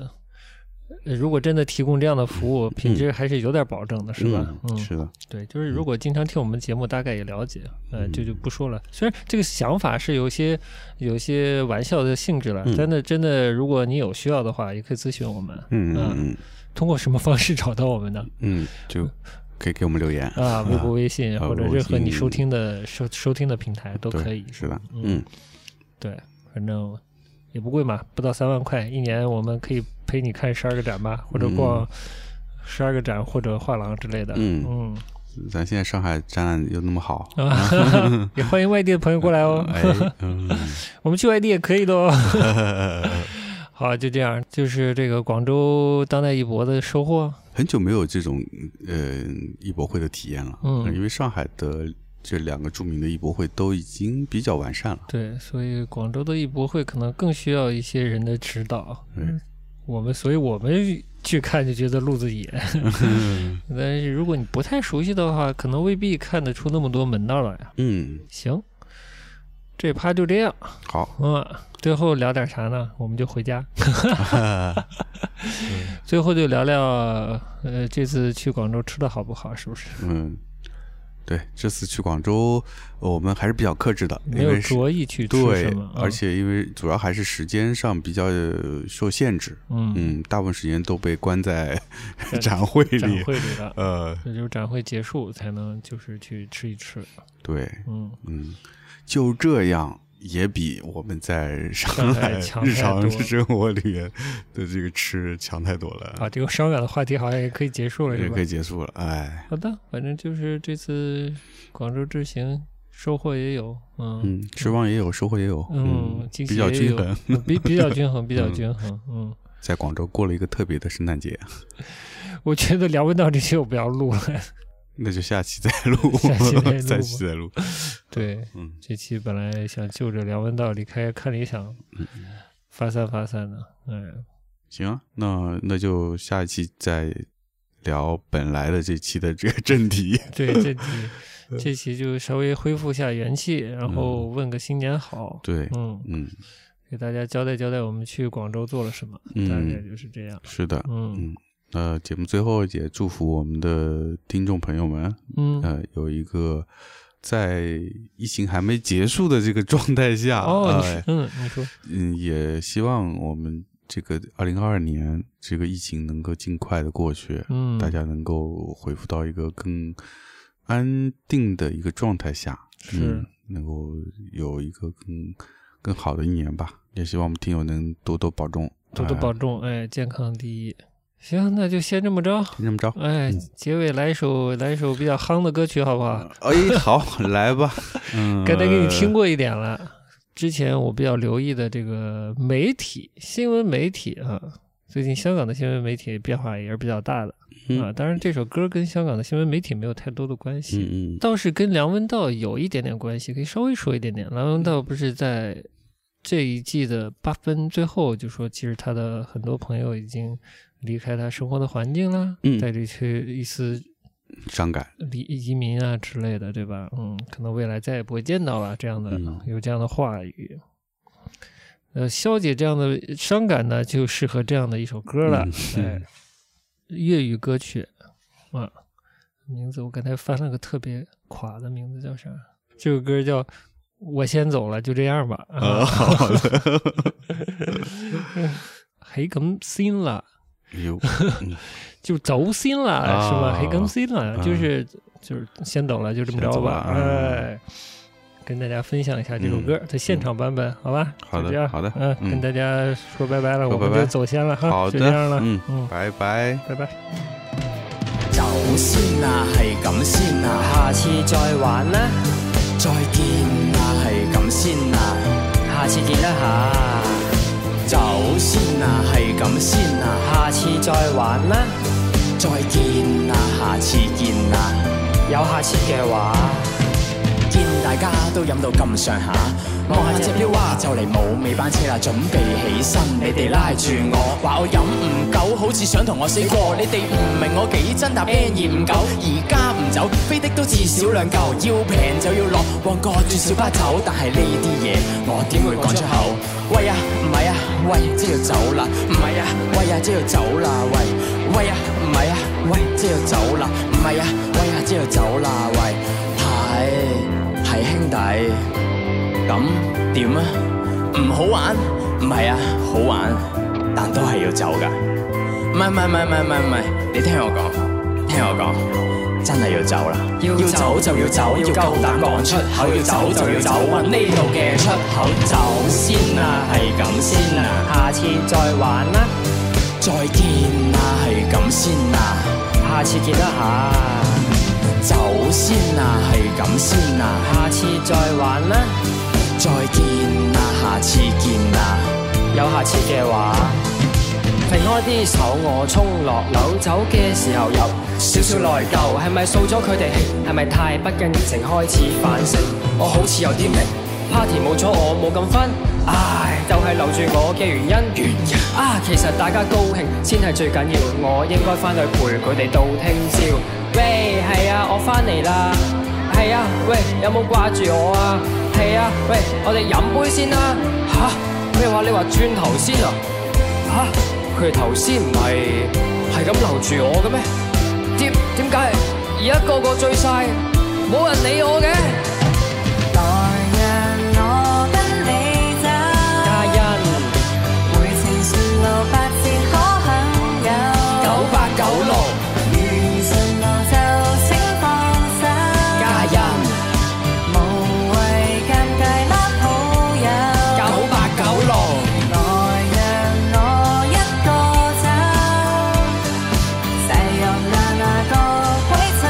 [SPEAKER 3] 呃如果真的提供这样的服务，品质还是有点保证的，是吧？嗯，
[SPEAKER 2] 嗯是的，
[SPEAKER 3] 对，就是如果经常听我们节目，大概也了解，呃，
[SPEAKER 2] 嗯
[SPEAKER 3] 这就不说了。虽然这个想法是有些有些玩笑的性质了
[SPEAKER 2] 嗯，
[SPEAKER 3] 但那真的，如果你有需要的话，也可以咨询我们。
[SPEAKER 2] 嗯
[SPEAKER 3] 啊
[SPEAKER 2] 嗯嗯
[SPEAKER 3] 通过什么方式找到我们呢？
[SPEAKER 2] 嗯，就可以给我们留言，
[SPEAKER 3] 啊，微博、微信
[SPEAKER 2] 啊
[SPEAKER 3] 或者
[SPEAKER 2] 微
[SPEAKER 3] 任何你
[SPEAKER 2] 信
[SPEAKER 3] 收听的收收听的平台都
[SPEAKER 2] 对
[SPEAKER 3] 可以。
[SPEAKER 2] 是的，
[SPEAKER 3] 嗯
[SPEAKER 2] 嗯，
[SPEAKER 3] 对，反正也不贵嘛，不到三万块一年，我们可以陪你看十二个展吧，或者逛十二个展或者画廊之类的。
[SPEAKER 2] 嗯
[SPEAKER 3] 嗯
[SPEAKER 2] 咱现在上海展览又那么好，
[SPEAKER 3] *laughs* 啊，也欢迎外地的朋友过来哦，
[SPEAKER 2] *laughs* 哎，
[SPEAKER 3] *laughs*
[SPEAKER 2] 嗯
[SPEAKER 3] 我们去外地也可以的哦。 *laughs* 好，就这样，就是这个广州当代艺博的收获。
[SPEAKER 2] 很久没有这种呃艺博会的体验了，
[SPEAKER 3] 嗯
[SPEAKER 2] 因为上海的这两个著名的艺博会都已经比较完善了，
[SPEAKER 3] 对，所以广州的艺博会可能更需要一些人的指导。
[SPEAKER 2] 嗯，
[SPEAKER 3] 我们，所以我们去看就觉得路子野，但是如果你不太熟悉的话，可能未必看得出那么多门道来呀。
[SPEAKER 2] 嗯，
[SPEAKER 3] 行，这趴就这样。
[SPEAKER 2] 好，
[SPEAKER 3] 嗯，最后聊点啥呢？我们就回家。 *laughs* 最后就聊聊，呃，这次去广州吃的好不好？是不是？
[SPEAKER 2] 嗯，对，这次去广州，我们还是比较克制的，
[SPEAKER 3] 没
[SPEAKER 2] 因
[SPEAKER 3] 有
[SPEAKER 2] 为是。
[SPEAKER 3] 着意去吃
[SPEAKER 2] 对
[SPEAKER 3] 什么，，啊嗯
[SPEAKER 2] 而且因为主要还是时间上比较呃受限制，
[SPEAKER 3] 嗯，嗯
[SPEAKER 2] 嗯，大部分时间都被关在
[SPEAKER 3] 展
[SPEAKER 2] 展会
[SPEAKER 3] 展
[SPEAKER 2] 里，
[SPEAKER 3] 会里的，
[SPEAKER 2] 呃，
[SPEAKER 3] 那就是展会结束才能就是去吃一吃，
[SPEAKER 2] 对，
[SPEAKER 3] 嗯，
[SPEAKER 2] 嗯，就这样也比我们在上
[SPEAKER 3] 上海
[SPEAKER 2] *laughs* 海
[SPEAKER 3] 强
[SPEAKER 2] 日
[SPEAKER 3] 太
[SPEAKER 2] 常
[SPEAKER 3] 多
[SPEAKER 2] 生活里面的这个吃强太多了，
[SPEAKER 3] 啊，这个伤感的话题好像也可以结束了，
[SPEAKER 2] 也
[SPEAKER 3] 是吧
[SPEAKER 2] 可？以结束了，哎，
[SPEAKER 3] 好的，反正就是这次广州之行收获也有，嗯
[SPEAKER 2] 嗯，失望也有，收获也有，
[SPEAKER 3] 嗯，惊喜
[SPEAKER 2] 比较
[SPEAKER 3] 也
[SPEAKER 2] 均
[SPEAKER 3] 有
[SPEAKER 2] 衡，，
[SPEAKER 3] 嗯比比较均衡，比较
[SPEAKER 2] 嗯
[SPEAKER 3] 均衡，嗯。
[SPEAKER 2] 在广州过了一个特别的圣诞节，
[SPEAKER 3] *laughs* 我觉得梁文道这期我不要录了。 *laughs*
[SPEAKER 2] 那就下期再录
[SPEAKER 3] 下期再，录
[SPEAKER 2] *laughs* 下期再录，
[SPEAKER 3] 对，
[SPEAKER 2] 嗯
[SPEAKER 3] 这期本来想就着梁文道离开看理想
[SPEAKER 2] 嗯
[SPEAKER 3] 发散发散的，嗯，
[SPEAKER 2] 行啊，那那就下一期再聊本来的这期的这个正
[SPEAKER 3] *laughs*
[SPEAKER 2] 题。 *laughs*
[SPEAKER 3] 对，这期这期就稍微恢复下元气，然后问个新年好，
[SPEAKER 2] 嗯对，
[SPEAKER 3] 嗯，
[SPEAKER 2] 嗯
[SPEAKER 3] 给大家交代交代我们去广州做了什么，大概
[SPEAKER 2] 嗯，
[SPEAKER 3] 就是这样，
[SPEAKER 2] 是的，
[SPEAKER 3] 嗯
[SPEAKER 2] 嗯。那节目最后也祝福我们的听众朋友们，
[SPEAKER 3] 嗯，
[SPEAKER 2] 呃，有一个在疫情还没结束的这个状态下，呃
[SPEAKER 3] 哦，你说，嗯，你说，
[SPEAKER 2] 嗯，也希望我们这个二零二二年这个疫情能够尽快的过去，
[SPEAKER 3] 嗯，
[SPEAKER 2] 大家能够恢复到一个更安定的一个状态下，
[SPEAKER 3] 是
[SPEAKER 2] 嗯、能够有一个更更好的一年吧。也希望我们听友能多多保重，
[SPEAKER 3] 多多保
[SPEAKER 2] 呃
[SPEAKER 3] 重，哎，健康第一。行，那就先这么着，
[SPEAKER 2] 就这么着。
[SPEAKER 3] 哎，结尾来一首来一首比较夯的歌曲，好不好？
[SPEAKER 2] 哎，好，来吧。嗯，
[SPEAKER 3] 嗯 *laughs* 刚才给你听过一点了。之前我比较留意的这个媒体新闻媒体啊，最近香港的新闻媒体变化也是比较大的
[SPEAKER 2] 嗯
[SPEAKER 3] 啊。当然，这首歌跟香港的新闻媒体没有太多的关系，
[SPEAKER 2] 嗯嗯
[SPEAKER 3] 倒是跟梁文道有一点点关系，可以稍微说一点点。梁文道不是在这一季的八分最后就说，其实他的很多朋友已经离开他生活的环境啦，
[SPEAKER 2] 嗯
[SPEAKER 3] 带着去一丝
[SPEAKER 2] 伤感，
[SPEAKER 3] 离移民啊之类的，对吧？嗯，可能未来再也不会见到了这样的、
[SPEAKER 2] 嗯
[SPEAKER 3] 有这样的话语。呃，消解这样的伤感呢，就适哎
[SPEAKER 2] *laughs*
[SPEAKER 3] 合这样的一首歌了，
[SPEAKER 2] 嗯
[SPEAKER 3] 哎，粤语歌曲啊，名字我刚才翻了个特别垮的名字，叫啥？这首歌叫《我先走了，就这样吧》
[SPEAKER 2] 呃，好
[SPEAKER 3] *laughs*
[SPEAKER 2] 的， *laughs*
[SPEAKER 3] 还咁先啦，
[SPEAKER 2] 哎
[SPEAKER 3] *laughs*
[SPEAKER 2] 呦，嗯
[SPEAKER 3] 就走心了，
[SPEAKER 2] 啊
[SPEAKER 3] 是吧？还更新了，
[SPEAKER 2] 嗯
[SPEAKER 3] 就是就是先走了，就这么着
[SPEAKER 2] 先走了
[SPEAKER 3] 吧。
[SPEAKER 2] 嗯
[SPEAKER 3] 哎，跟大家分享一下这首歌的现场版本，好吧？
[SPEAKER 2] 嗯好的
[SPEAKER 3] 就这样
[SPEAKER 2] 好的
[SPEAKER 3] 嗯，
[SPEAKER 2] 嗯
[SPEAKER 3] 跟大家说拜拜了，
[SPEAKER 2] 说
[SPEAKER 3] 我们
[SPEAKER 2] 拜拜
[SPEAKER 3] 就走先了 *laughs* 哈，
[SPEAKER 2] 好
[SPEAKER 3] 就这样
[SPEAKER 2] 的
[SPEAKER 3] 了，，
[SPEAKER 2] 嗯
[SPEAKER 3] 嗯，，
[SPEAKER 2] 拜拜。
[SPEAKER 3] 拜拜。
[SPEAKER 4] 走先啊，係咁先啊，
[SPEAKER 5] 下次再玩啦，
[SPEAKER 4] 再見啊，係咁先啊，
[SPEAKER 5] 下次見啦吓，
[SPEAKER 4] 走先啊，係咁先啊，
[SPEAKER 5] 下次再玩啦，
[SPEAKER 4] 再見啊，下次見啊，
[SPEAKER 5] 有下次嘅話，
[SPEAKER 4] 見大家都飲到咁上下，望下隻表啊，就嚟冇尾班車啦，準備起身，你哋拉住我，話我飲唔夠，好似想同我死過，你哋唔明我幾真搭 N 二五九，而家唔走，飛的都至少兩嚿，要平就要落旺角轉小巴走，但係呢啲嘢我點會講出口？喂呀，唔係啊，喂，即係要走啦，唔係啊，喂呀，即係要走啦，喂，喂呀，唔係啊，喂，即係要走啦，唔係啊，喂呀，即係要走啦，喂，係係兄弟，咁點啊？唔好玩？唔係啊，好玩，但都係要走㗎。唔係唔係唔係唔係唔係，你聽我講，聽我講，真係要走啦，
[SPEAKER 5] 要走
[SPEAKER 4] 就要走，要夠膽講出口，要走就要走，揾呢度嘅出口走先啊，係咁先啊。
[SPEAKER 5] 下次再玩啦，
[SPEAKER 4] 再見啦，係咁先啦，
[SPEAKER 5] 下次見啦
[SPEAKER 4] 走先啦，係咁先啦，
[SPEAKER 5] 吓，下次再玩啦，
[SPEAKER 4] 再見啦，下次啊見啦，
[SPEAKER 5] 有下次嘅話，揈開啲手我衝落樓，走嘅時候有少少內疚，係咪掃咗佢哋？係咪太不近人情開始反省？我好似有啲明，party 冇咗我冇咁分，唉，就係留住我嘅原因。
[SPEAKER 4] 原因
[SPEAKER 5] 啊，其實大家高興先係最緊要，我應該翻去陪佢哋到聽朝。喂，係啊，我翻嚟啦。係啊，喂，有冇掛住我啊？係啊，喂，我哋飲杯先啦。吓，咩話？你話轉頭先啊？吓，佢哋頭先唔係係咁留住我嘅咩？點點解而家個個醉晒，冇人理我嘅？
[SPEAKER 6] 來讓我跟你走，
[SPEAKER 5] 嘉欣，
[SPEAKER 6] 回程順路八折可享有。
[SPEAKER 5] 九八九六，
[SPEAKER 6] 沿順路就請放手，
[SPEAKER 5] 嘉欣。
[SPEAKER 6] 無謂尷尬拉好友。
[SPEAKER 5] 九八九六，
[SPEAKER 6] 來讓我一個走，細入那那個鬼親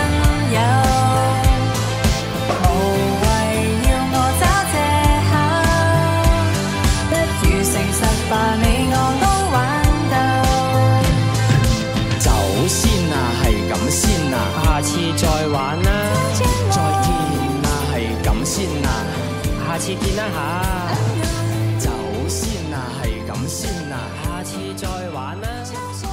[SPEAKER 6] 友，無謂要我找藉口，不如誠實吧，你我都玩鬥。
[SPEAKER 4] 走先啊，係咁先啊，
[SPEAKER 5] 下次再玩啦，
[SPEAKER 4] 再見啦，係咁先啊，
[SPEAKER 5] 下次見啦吓，
[SPEAKER 4] 走先啊，係咁先啊。
[SPEAKER 5] 下次再玩啦。
[SPEAKER 4] 啊